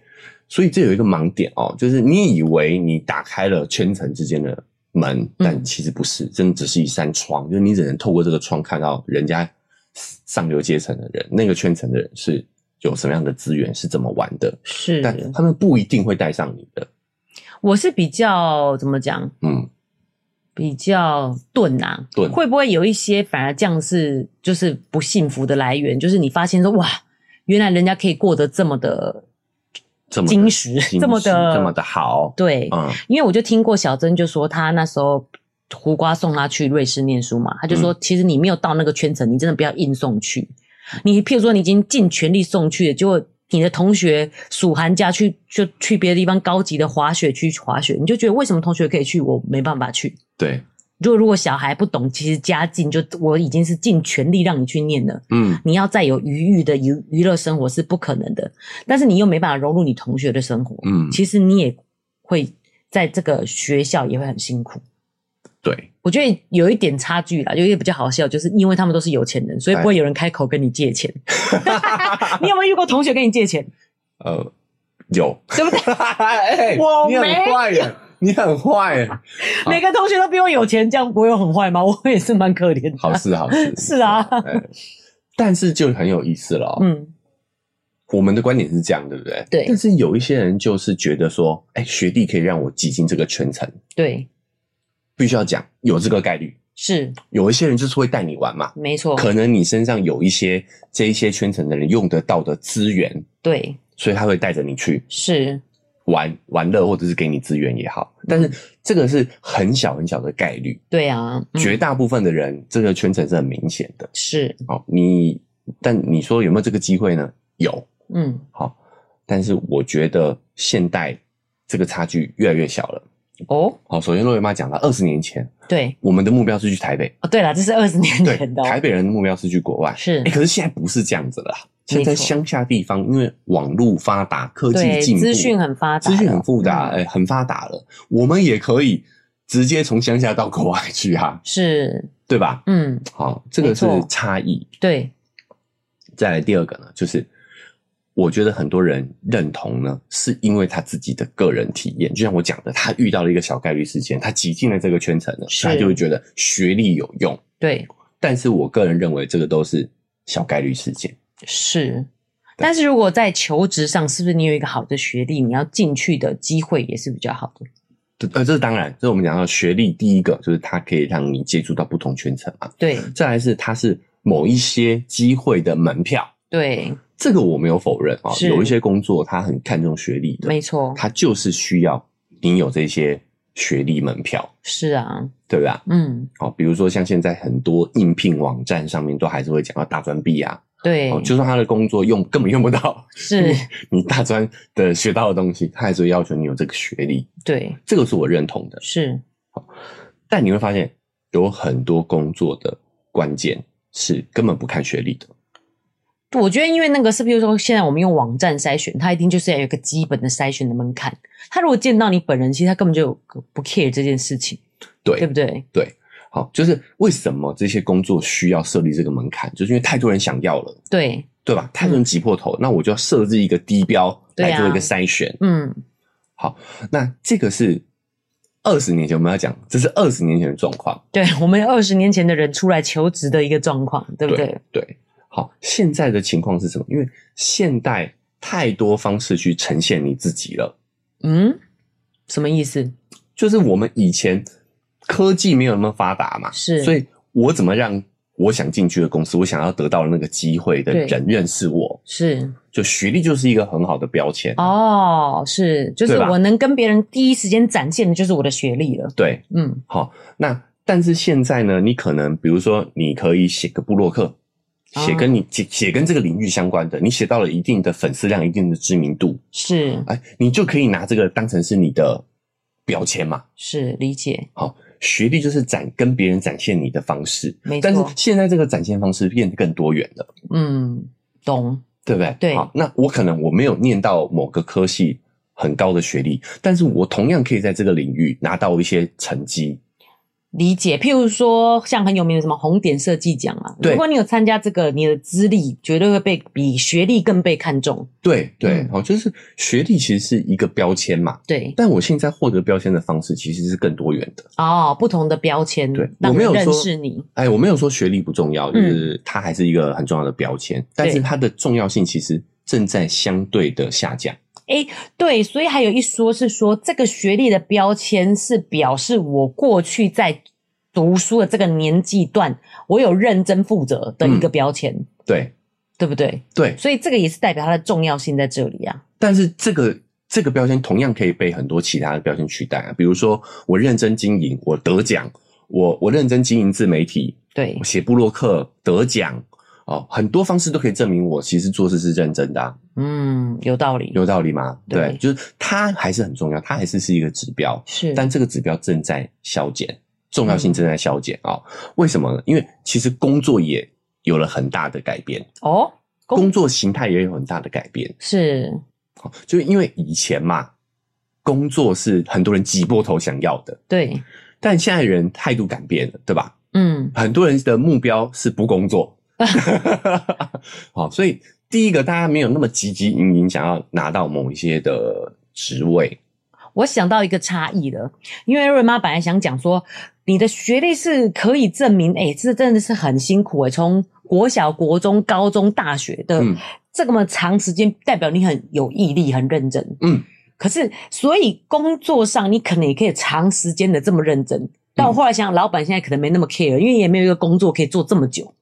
[SPEAKER 2] 所以这有一个盲点哦，就是你以为你打开了圈层之间的
[SPEAKER 1] 嗯
[SPEAKER 2] 门，但其实不是，真的只是一扇窗，就是你只能透过这个窗看到人家上流阶层的人，那个圈层的人是有什么样的资源，是怎么玩的，
[SPEAKER 1] 是，
[SPEAKER 2] 但他们不一定会带上你的。
[SPEAKER 1] 我是比较怎么讲？
[SPEAKER 2] 嗯，
[SPEAKER 1] 比较钝啊，
[SPEAKER 2] 钝
[SPEAKER 1] 会不会有一些反而这样是就是不幸福的来源？就是你发现说哇，原来人家可以过得这么的
[SPEAKER 2] 这么
[SPEAKER 1] 金石，
[SPEAKER 2] 这
[SPEAKER 1] 这么的
[SPEAKER 2] 这么的好，
[SPEAKER 1] 对，
[SPEAKER 2] 嗯，
[SPEAKER 1] 因为我就听过小珍就说，她那时候胡瓜送她去瑞士念书嘛，她就
[SPEAKER 2] 嗯
[SPEAKER 1] 说，其实你没有到那个圈层，你真的不要硬送去。你譬如说，你已经尽全力送去了，结果你的同学暑寒假去就去别的地方高级的滑雪区滑雪，你就觉得为什么同学可以去，我没办法去。
[SPEAKER 2] 对，
[SPEAKER 1] 就如果小孩不懂，其实家境就我已经是尽全力让你去念了，
[SPEAKER 2] 嗯，
[SPEAKER 1] 你要再有余裕的娱娱乐生活是不可能的，但是你又没办法融入你同学的生活，
[SPEAKER 2] 嗯
[SPEAKER 1] 其实你也会在这个学校也会很辛苦。
[SPEAKER 2] 对，
[SPEAKER 1] 我觉得有一点差距啦，有一点比较好笑，就是因为他们都是有钱人，所以不会有人开口跟你借钱。
[SPEAKER 2] 哎
[SPEAKER 1] 你有没有遇过同学跟你借钱？
[SPEAKER 2] 呃，有，
[SPEAKER 1] 对不对？
[SPEAKER 2] 哎
[SPEAKER 1] 我
[SPEAKER 2] 你很
[SPEAKER 1] 没
[SPEAKER 2] 坏耶，你很坏啊耶， 好
[SPEAKER 1] 每个同学都比我有钱，这样我有很坏吗？我也是蛮可怜的。
[SPEAKER 2] 好事好事，
[SPEAKER 1] 是啊
[SPEAKER 2] 哎但是就很有意思了哦，
[SPEAKER 1] 嗯，
[SPEAKER 2] 我们的观点是这样，对不对？
[SPEAKER 1] 对
[SPEAKER 2] 但是有一些人就是觉得说，哎，学弟可以让我挤进这个圈层，
[SPEAKER 1] 对，
[SPEAKER 2] 必须要讲有这个概率。
[SPEAKER 1] 是
[SPEAKER 2] 有一些人就是会带你玩嘛，
[SPEAKER 1] 没错，
[SPEAKER 2] 可能你身上有一些这一些圈层的人用得到的资源，
[SPEAKER 1] 对，
[SPEAKER 2] 所以他会带着你去
[SPEAKER 1] 是
[SPEAKER 2] 玩玩乐，或者是给你资源也好。但是这个是很小很小的概率，
[SPEAKER 1] 对啊，嗯
[SPEAKER 2] 绝大部分的人这个圈层是很明显的。
[SPEAKER 1] 是
[SPEAKER 2] 好，你但你说有没有这个机会呢？有，
[SPEAKER 1] 嗯。
[SPEAKER 2] 好，但是我觉得现代这个差距越来越小了。
[SPEAKER 1] 哦，
[SPEAKER 2] 好，首先若维妈讲了，二十年前
[SPEAKER 1] 对
[SPEAKER 2] 我们的目标是去台北，
[SPEAKER 1] 哦，对了，这是二十年
[SPEAKER 2] 对
[SPEAKER 1] 前的、，哦，
[SPEAKER 2] 台北人的目标是去国外。
[SPEAKER 1] 是
[SPEAKER 2] 哎、可是现在不是这样子了啦，
[SPEAKER 1] 嗯没
[SPEAKER 2] 现在
[SPEAKER 1] 错
[SPEAKER 2] 乡下地方因为网络发达，科技
[SPEAKER 1] 对
[SPEAKER 2] 进步，
[SPEAKER 1] 资讯很发达
[SPEAKER 2] 资讯很
[SPEAKER 1] 了
[SPEAKER 2] 复
[SPEAKER 1] 嗯
[SPEAKER 2] 杂，哎、很发达了，我们也可以直接从乡下到国外去哈、
[SPEAKER 1] 是，
[SPEAKER 2] 对吧？
[SPEAKER 1] 嗯，
[SPEAKER 2] 好，这个
[SPEAKER 1] 没
[SPEAKER 2] 是
[SPEAKER 1] 错
[SPEAKER 2] 差异。
[SPEAKER 1] 对，
[SPEAKER 2] 再来第二个呢，就是我觉得很多人认同呢，是因为他自己的个人体验，就像我讲的，他遇到了一个小概率事件，他挤进了这个圈层了，
[SPEAKER 1] 是
[SPEAKER 2] 他就会觉得学历有用。
[SPEAKER 1] 对，
[SPEAKER 2] 但是我个人认为，这个都是小概率事件。
[SPEAKER 1] 是。但是如果在求职上，是不是你有一个好的学历，你要进去的机会也是比较好的？
[SPEAKER 2] 这呃，这是当然，这是我们讲到学历，第一个就是它可以让你接触到不同圈层嘛。
[SPEAKER 1] 对
[SPEAKER 2] 再来是它是某一些机会的门票，
[SPEAKER 1] 对，
[SPEAKER 2] 这个我没有否认啊、
[SPEAKER 1] 是
[SPEAKER 2] 有一些工作它很看重学历的，
[SPEAKER 1] 没错，
[SPEAKER 2] 它就是需要你有这些学历门票，
[SPEAKER 1] 是啊，
[SPEAKER 2] 对吧？
[SPEAKER 1] 嗯，
[SPEAKER 2] 好、比如说像现在很多应聘网站上面都还是会讲到大专毕啊，
[SPEAKER 1] 对，
[SPEAKER 2] 哦，就算他的工作用根本用不到
[SPEAKER 1] 是，
[SPEAKER 2] 你大专的学到的东西，他还是会要求你有这个学历，
[SPEAKER 1] 对，
[SPEAKER 2] 这个是我认同的。
[SPEAKER 1] 是，
[SPEAKER 2] 但你会发现，有很多工作的关键是根本不看学历的，
[SPEAKER 1] 我觉得，因为那个是，比如说现在我们用网站筛选，它一定就是要有一个基本的筛选的门槛。他如果见到你本人，其实他根本就不 care 这件事情，
[SPEAKER 2] 对
[SPEAKER 1] 对不对？
[SPEAKER 2] 好，就是为什么这些工作需要设立这个门槛，就是因为太多人想要了，
[SPEAKER 1] 对，
[SPEAKER 2] 对吧？太多人挤破头，那我就要设置一个低标
[SPEAKER 1] 对啊
[SPEAKER 2] 来做一个筛选。
[SPEAKER 1] 嗯，
[SPEAKER 2] 那这个是二十年前我们要讲，这是二十年前的状况，
[SPEAKER 1] 对我们二十年前的人出来求职的一个状况，对不对？
[SPEAKER 2] 对。好，现在的情况是什么？因为现代太多方式去呈现你自己了，
[SPEAKER 1] 嗯，什么意思？
[SPEAKER 2] 就是我们以前科技没有那么发达嘛，
[SPEAKER 1] 是
[SPEAKER 2] 所以我怎么让我想进去的公司，我想要得到的那个机会的
[SPEAKER 1] 对
[SPEAKER 2] 人认识我，
[SPEAKER 1] 是
[SPEAKER 2] 就学历就是一个很好的标签。
[SPEAKER 1] 哦，是就是
[SPEAKER 2] 对吧
[SPEAKER 1] 我能跟别人第一时间展现的就是我的学历了。
[SPEAKER 2] 对，
[SPEAKER 1] 嗯，
[SPEAKER 2] 好，那但是现在呢，你可能比如说，你可以写个部落客，
[SPEAKER 1] 哦
[SPEAKER 2] 写跟你写写跟这个领域相关的，你写到了一定的粉丝量、一定的知名度，
[SPEAKER 1] 是
[SPEAKER 2] 哎，你就可以拿这个当成是你的标签嘛。
[SPEAKER 1] 是理解，
[SPEAKER 2] 学历就是展跟别人展现你的方式，
[SPEAKER 1] 没
[SPEAKER 2] 但是
[SPEAKER 1] 错。
[SPEAKER 2] 现在这个展现方式变得更多元了。
[SPEAKER 1] 嗯，懂。
[SPEAKER 2] 对不对？
[SPEAKER 1] 对
[SPEAKER 2] 好，那我可能我没有念到某个科系很高的学历，但是我同样可以在这个领域拿到一些成绩。
[SPEAKER 1] 理解，譬如说像很有名的什么红点设计奖啊，
[SPEAKER 2] 对
[SPEAKER 1] 如果你有参加这个，你的资历绝对会被比学历更被看重。
[SPEAKER 2] 对对
[SPEAKER 1] 嗯，
[SPEAKER 2] 好、就是学历其实是一个标签嘛，
[SPEAKER 1] 对，
[SPEAKER 2] 但我现在获得标签的方式其实是更多元的。
[SPEAKER 1] 哦，不同的标签，
[SPEAKER 2] 对
[SPEAKER 1] 让
[SPEAKER 2] 我没
[SPEAKER 1] 人
[SPEAKER 2] 有
[SPEAKER 1] 认
[SPEAKER 2] 说
[SPEAKER 1] 识你。
[SPEAKER 2] 哎，我没有说学历不重要，就是它还是一个很重要的标签，但是它的重要性其实正在相对的下降。
[SPEAKER 1] 诶，对，所以还有一说是说，这个学历的标签是表示我过去在读书的这个年纪段，我有认真负责的一个标签，
[SPEAKER 2] 对
[SPEAKER 1] 对不对？
[SPEAKER 2] 对，
[SPEAKER 1] 所以这个也是代表它的重要性在这里啊。
[SPEAKER 2] 但是这个这个标签同样可以被很多其他的标签取代啊，比如说我认真经营，我得奖；我我认真经营自媒体，
[SPEAKER 1] 对
[SPEAKER 2] 我，写部落客得奖。哦，很多方式都可以证明我其实做事是认真的、啊，
[SPEAKER 1] 嗯，有道理，
[SPEAKER 2] 有道理吗？
[SPEAKER 1] 对
[SPEAKER 2] 对，就是它还是很重要，它还是是一个指标。
[SPEAKER 1] 是，
[SPEAKER 2] 但这个指标正在消减，重要性正在消减啊、为什么呢？因为其实工作也有了很大的改变，
[SPEAKER 1] 哦，工
[SPEAKER 2] 工作形态也有很大的改变。
[SPEAKER 1] 是，
[SPEAKER 2] 哦就是因为以前嘛，工作是很多人挤破头想要的，
[SPEAKER 1] 对，
[SPEAKER 2] 但现在人态度改变了，对吧？
[SPEAKER 1] 嗯，
[SPEAKER 2] 很多人的目标是不工作，好，所以第一个大家没有那么积极营营想要拿到某一些的职位，
[SPEAKER 1] 我想到一个差异了，因为瑞妈本来想讲说，你的学历是可以证明，哎、这真的是很辛苦哎、从国小、国中、高中、大学的、
[SPEAKER 2] 嗯
[SPEAKER 1] 这么长时间，代表你很有毅力、很认真。
[SPEAKER 2] 嗯，
[SPEAKER 1] 可是所以工作上你可能也可以长时间的这么认真。但
[SPEAKER 2] 嗯
[SPEAKER 1] 我后来想，老板现在可能没那么 care，因为也没有一个工作可以做这么久。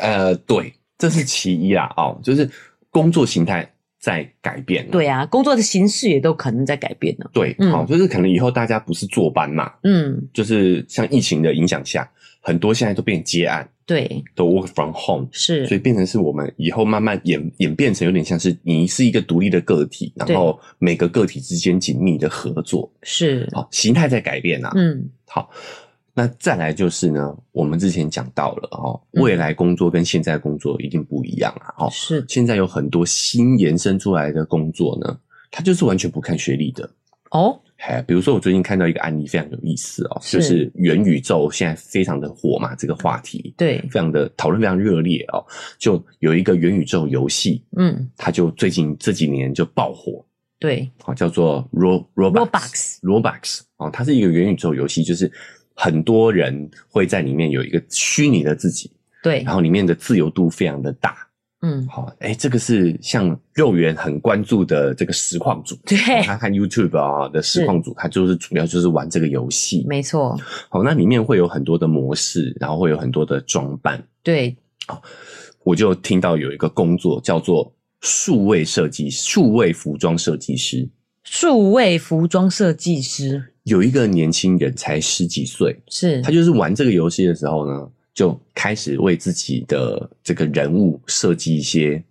[SPEAKER 2] 呃，对，这是其一啦，哦，就是工作形态在改变。
[SPEAKER 1] 对啊，工作的形式也都可能在改变呢。
[SPEAKER 2] 对，
[SPEAKER 1] 嗯
[SPEAKER 2] 好、哦，就是可能以后大家不是坐班嘛，
[SPEAKER 1] 嗯，
[SPEAKER 2] 就是像疫情的影响下，很多现在都变接案，
[SPEAKER 1] 对，
[SPEAKER 2] 都 work from home，
[SPEAKER 1] 是，
[SPEAKER 2] 所以变成是我们以后慢慢演演变成有点像是你是一个独立的个体，然
[SPEAKER 1] 对
[SPEAKER 2] 后每个个体之间紧密的合作，
[SPEAKER 1] 是，
[SPEAKER 2] 好、形态在改变啊。
[SPEAKER 1] 嗯，
[SPEAKER 2] 好，那再来就是呢，我们之前讲到了哦，
[SPEAKER 1] 嗯
[SPEAKER 2] 未来工作跟现在工作一定不一样啊，哦，
[SPEAKER 1] 是
[SPEAKER 2] 现在有很多新延伸出来的工作呢，它就是完全不看学历的。
[SPEAKER 1] 哦，
[SPEAKER 2] 哎，比如说我最近看到一个案例非常有意思哦，
[SPEAKER 1] 是
[SPEAKER 2] 就是元宇宙现在非常的火嘛，这个话题
[SPEAKER 1] 对，
[SPEAKER 2] 非常的讨论非常热烈哦。就有一个元宇宙游戏，
[SPEAKER 1] 嗯，
[SPEAKER 2] 它就最近这几年就爆火
[SPEAKER 1] 对
[SPEAKER 2] 啊、哦，叫做 Ro
[SPEAKER 1] ，Roblox，
[SPEAKER 2] Roblox Roblox 哦，它是一个元宇宙游戏，就是很多人会在里面有一个虚拟的自己，
[SPEAKER 1] 对
[SPEAKER 2] 然，后里面的自由度非常的大。
[SPEAKER 1] 嗯，
[SPEAKER 2] 好，哎，这个是像肉圆很关注的这个实况组，
[SPEAKER 1] 对
[SPEAKER 2] 他看 YouTube 啊的实况组，他就是主要就是玩这个游戏。
[SPEAKER 1] 没错，
[SPEAKER 2] 好，那里面会有很多的模式，然后会有很多的装扮。
[SPEAKER 1] 对，
[SPEAKER 2] 我就听到有一个工作叫做数位设计、数位服装设计师，
[SPEAKER 1] 数位服装设计师
[SPEAKER 2] 有一个年轻人才十几岁，
[SPEAKER 1] 是
[SPEAKER 2] 他，就是玩这个游戏的时候呢，就开始为自己的这个人物设计一些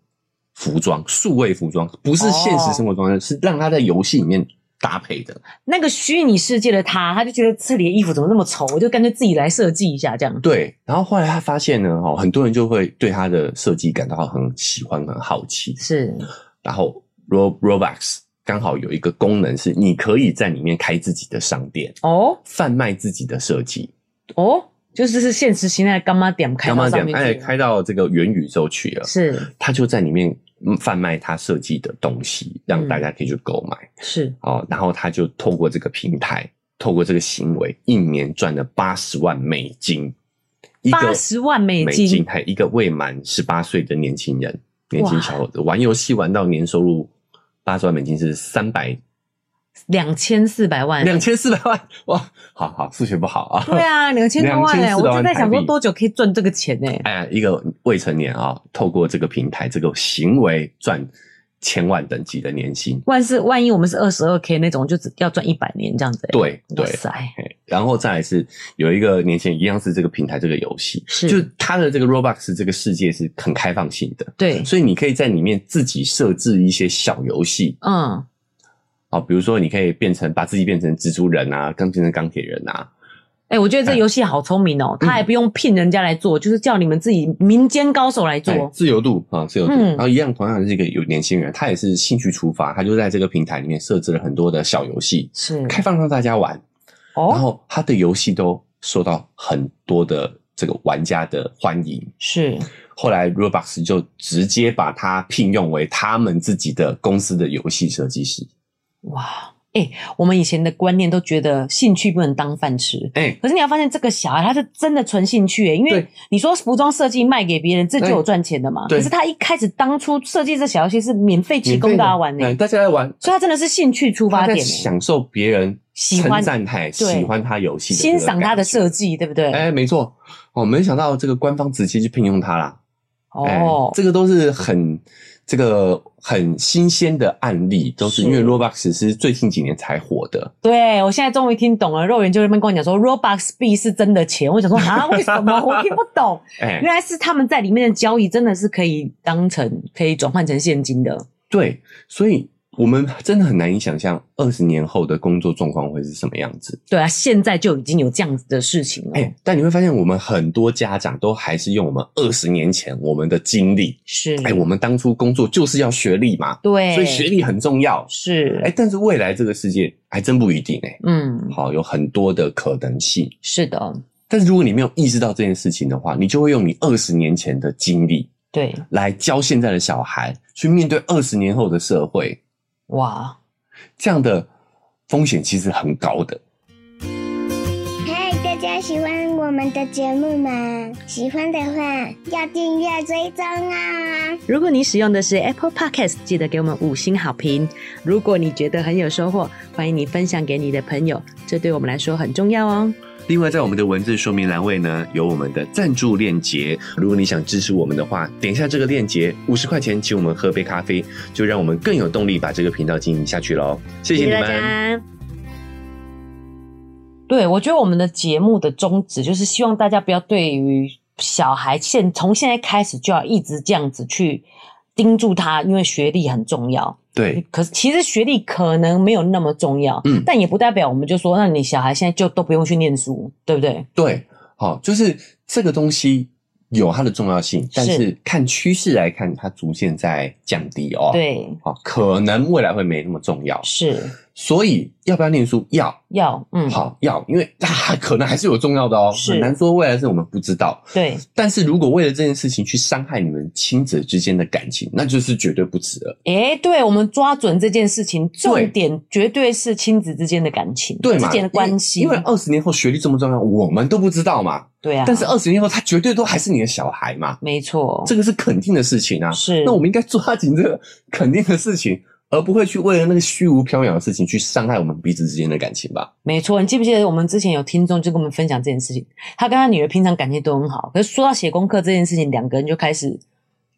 [SPEAKER 2] 服装，数位服装，不是现实生活
[SPEAKER 1] 哦
[SPEAKER 2] 中的，是让他在游戏里面搭配的。
[SPEAKER 1] 那个虚拟世界的他，他就觉得这里的衣服怎么那么丑，我就干脆自己来设计一下这样。
[SPEAKER 2] 对，然后后来他发现呢，哦，很多人就会对他的设计感到很喜欢、很好奇。
[SPEAKER 1] 是
[SPEAKER 2] 然后 Ro Roblox 刚好有一个功能是，你可以在里面开自己的商店，
[SPEAKER 1] 哦
[SPEAKER 2] 贩卖自己的设计。
[SPEAKER 1] 哦，就是是现实形态干妈点开
[SPEAKER 2] 要
[SPEAKER 1] 到
[SPEAKER 2] 么
[SPEAKER 1] 上
[SPEAKER 2] 讲，
[SPEAKER 1] 面
[SPEAKER 2] 哎，
[SPEAKER 1] 去，
[SPEAKER 2] 开到这个元宇宙去了。
[SPEAKER 1] 是
[SPEAKER 2] 他就在里面嗯贩卖他设计的东西，让
[SPEAKER 1] 嗯
[SPEAKER 2] 大家可以去购买、
[SPEAKER 1] 是
[SPEAKER 2] 哦。然后他就透过这个平台，透过这个行为，一年赚了八十万美金，一个
[SPEAKER 1] 80万美
[SPEAKER 2] 美
[SPEAKER 1] 金
[SPEAKER 2] 金，还一个未满十八岁的年轻人，年轻
[SPEAKER 1] 哇
[SPEAKER 2] 小伙子玩游戏玩到年收入八十万美金是三百
[SPEAKER 1] 两千四百万。
[SPEAKER 2] 两千四百万 哇！好好，数学不好 啊。
[SPEAKER 1] 对啊，两千多万哎、
[SPEAKER 2] 2400
[SPEAKER 1] 我就在想
[SPEAKER 2] 台
[SPEAKER 1] 说
[SPEAKER 2] 币
[SPEAKER 1] 多久可以赚这个钱呢、
[SPEAKER 2] 哎，一个未成年啊、透过这个平台这个行为赚千万等级的年薪，
[SPEAKER 1] 万是万一我们是二十二 k 那种，就只要赚一百年这样子、欸。，
[SPEAKER 2] 对
[SPEAKER 1] 哇
[SPEAKER 2] 对，哎
[SPEAKER 1] 塞，
[SPEAKER 2] 嘿然后再来是有一个年轻人，一样是这个平台这个游戏，
[SPEAKER 1] 是
[SPEAKER 2] 就是它的这个 Roblox 这个世界是很开放性的，
[SPEAKER 1] 对，
[SPEAKER 2] 所以你可以在里面自己设置一些小游戏
[SPEAKER 1] 嗯，
[SPEAKER 2] 啊，比如说你可以变成把自己变成蜘蛛人啊，刚变成钢铁人啊，
[SPEAKER 1] 哎、我觉得这游戏好聪明哦，他还不用聘人家来做，就是叫你们自己民间高手来
[SPEAKER 2] 哎
[SPEAKER 1] 做。
[SPEAKER 2] 自由度啊，自由度。
[SPEAKER 1] 嗯
[SPEAKER 2] 然后一样，同样是一个有年轻人，他也是兴趣出发，他就在这个平台里面设置了很多的小游戏，
[SPEAKER 1] 是
[SPEAKER 2] 开放让大家玩，然
[SPEAKER 1] 哦，
[SPEAKER 2] 后他的游戏都受到很多的这个玩家的欢迎。
[SPEAKER 1] 是
[SPEAKER 2] 后来 Roblox 就直接把他聘用为他们自己的公司的游戏设计师。
[SPEAKER 1] 哇，哎，我们以前的观念都觉得兴趣不能当饭吃，
[SPEAKER 2] 哎、
[SPEAKER 1] 可是你要发现这个小孩他是真的纯兴趣、欸，因为
[SPEAKER 2] 对
[SPEAKER 1] 你说服装设计卖给别人，这就有赚钱的嘛。
[SPEAKER 2] 对
[SPEAKER 1] 可是他一开始当初设计这小游戏是免费提
[SPEAKER 2] 免
[SPEAKER 1] 供
[SPEAKER 2] 费
[SPEAKER 1] 大家
[SPEAKER 2] 的
[SPEAKER 1] 玩呢、
[SPEAKER 2] 嗯大家来玩，
[SPEAKER 1] 所以他真的是兴趣出
[SPEAKER 2] 他
[SPEAKER 1] 发
[SPEAKER 2] 在
[SPEAKER 1] 点、欸，
[SPEAKER 2] 享受别人
[SPEAKER 1] 喜
[SPEAKER 2] 称
[SPEAKER 1] 欢
[SPEAKER 2] 赞他，喜欢他游戏，
[SPEAKER 1] 欣赏他的设。计，对不对？
[SPEAKER 2] 哎、没错，哦，没想到这个官方直接去聘用他啦。哎
[SPEAKER 1] 哦，
[SPEAKER 2] 这个都是很这个很新鲜的案例，都是
[SPEAKER 1] 是
[SPEAKER 2] 因为 Roblox 是最近几年才火的。
[SPEAKER 1] 对我现在终于听懂了。肉圆就在那边跟我讲说，Robux B 是真的钱，我想说啊，为什么 我听不 懂？
[SPEAKER 2] 哎、
[SPEAKER 1] 原来是他们在里面的交易真的是可以当成可以转换成现金的。
[SPEAKER 2] 对，所以我们真的很难以想象二十年后的工作状况会是什么样子。
[SPEAKER 1] 对啊，现在就已经有这样子的事情了。
[SPEAKER 2] 哎、但你会发现，我们很多家长都还是用我们二十年前我们的经历。
[SPEAKER 1] 是，
[SPEAKER 2] 哎、我们当初工作就是要学历嘛，
[SPEAKER 1] 嗯对，
[SPEAKER 2] 所以学历很重要。
[SPEAKER 1] 是，
[SPEAKER 2] 哎、但是未来这个世界还真不一定哎、
[SPEAKER 1] 嗯，
[SPEAKER 2] 好，有很多的可能性。
[SPEAKER 1] 是的，
[SPEAKER 2] 但是如果你没有意识到这件事情的话，你就会用你二十年前的经历
[SPEAKER 1] 对，
[SPEAKER 2] 来教现在的小孩去面对二十年后的社会，
[SPEAKER 1] 哇，
[SPEAKER 2] 这样的风险其实很高的。
[SPEAKER 3] 嗨，大家喜欢我们的节目吗？喜欢的话要订阅追踪啊、
[SPEAKER 1] 如果你使用的是 Apple Podcast，记得给我们五星好评。如果你觉得很有收获，欢迎你分享给你的朋友，这对我们来说很重要哦。
[SPEAKER 2] 另外，在我们的文字说明栏位呢，有我们的赞助链接。如果你想支持我们的话，点一下这个链接，五十块钱请我们喝杯咖啡，就让我们更有动力把这个频道经营下去喽。谢谢你们。
[SPEAKER 1] 家。对，我觉得我们的节目的宗旨就是希望大家不要对于小孩现从现在开始就要一直这样子去盯住他，因为学历很重要。
[SPEAKER 2] 对，
[SPEAKER 1] 可是其实学历可能没有那么重要，
[SPEAKER 2] 嗯
[SPEAKER 1] 但也不代表我们就说，那你小孩现在就都不用去念书，对不对？
[SPEAKER 2] 对，好，就是这个东西有它的重要性，但
[SPEAKER 1] 是
[SPEAKER 2] 是看趋势来看，它逐渐在降低哦。，
[SPEAKER 1] 对，
[SPEAKER 2] 好，可能未来会没那么重要，
[SPEAKER 1] 是
[SPEAKER 2] 所以要不要念书？要，
[SPEAKER 1] 要嗯，
[SPEAKER 2] 好要，因为啊，可能还是有重要的哦，
[SPEAKER 1] 是
[SPEAKER 2] 很难说未来是我们不知道。
[SPEAKER 1] 对，
[SPEAKER 2] 但是如果为了这件事情去伤害你们亲子之间的感情，那就是绝对不值了，
[SPEAKER 1] 诶，对，我们抓准这件事情，重点绝对是亲子之间的感情，
[SPEAKER 2] 对
[SPEAKER 1] 之
[SPEAKER 2] 嘛？
[SPEAKER 1] 间的关系，
[SPEAKER 2] 因为二十年后学历这么重要，我们都不知道嘛。
[SPEAKER 1] 对啊，
[SPEAKER 2] 但是二十年后，他绝对都还是你的小孩嘛，
[SPEAKER 1] 没错，
[SPEAKER 2] 这个是肯定的事情啊。
[SPEAKER 1] 是
[SPEAKER 2] 那我们应该抓紧这个肯定的事情，而不会去为了那个虚无缥缈的事情去伤害我们彼此之间的感情吧？
[SPEAKER 1] 没错，你记不记得我们之前有听众就跟我们分享这件事情？他跟他女儿平常感情都很好，可是说到写功课这件事情，两个人就开始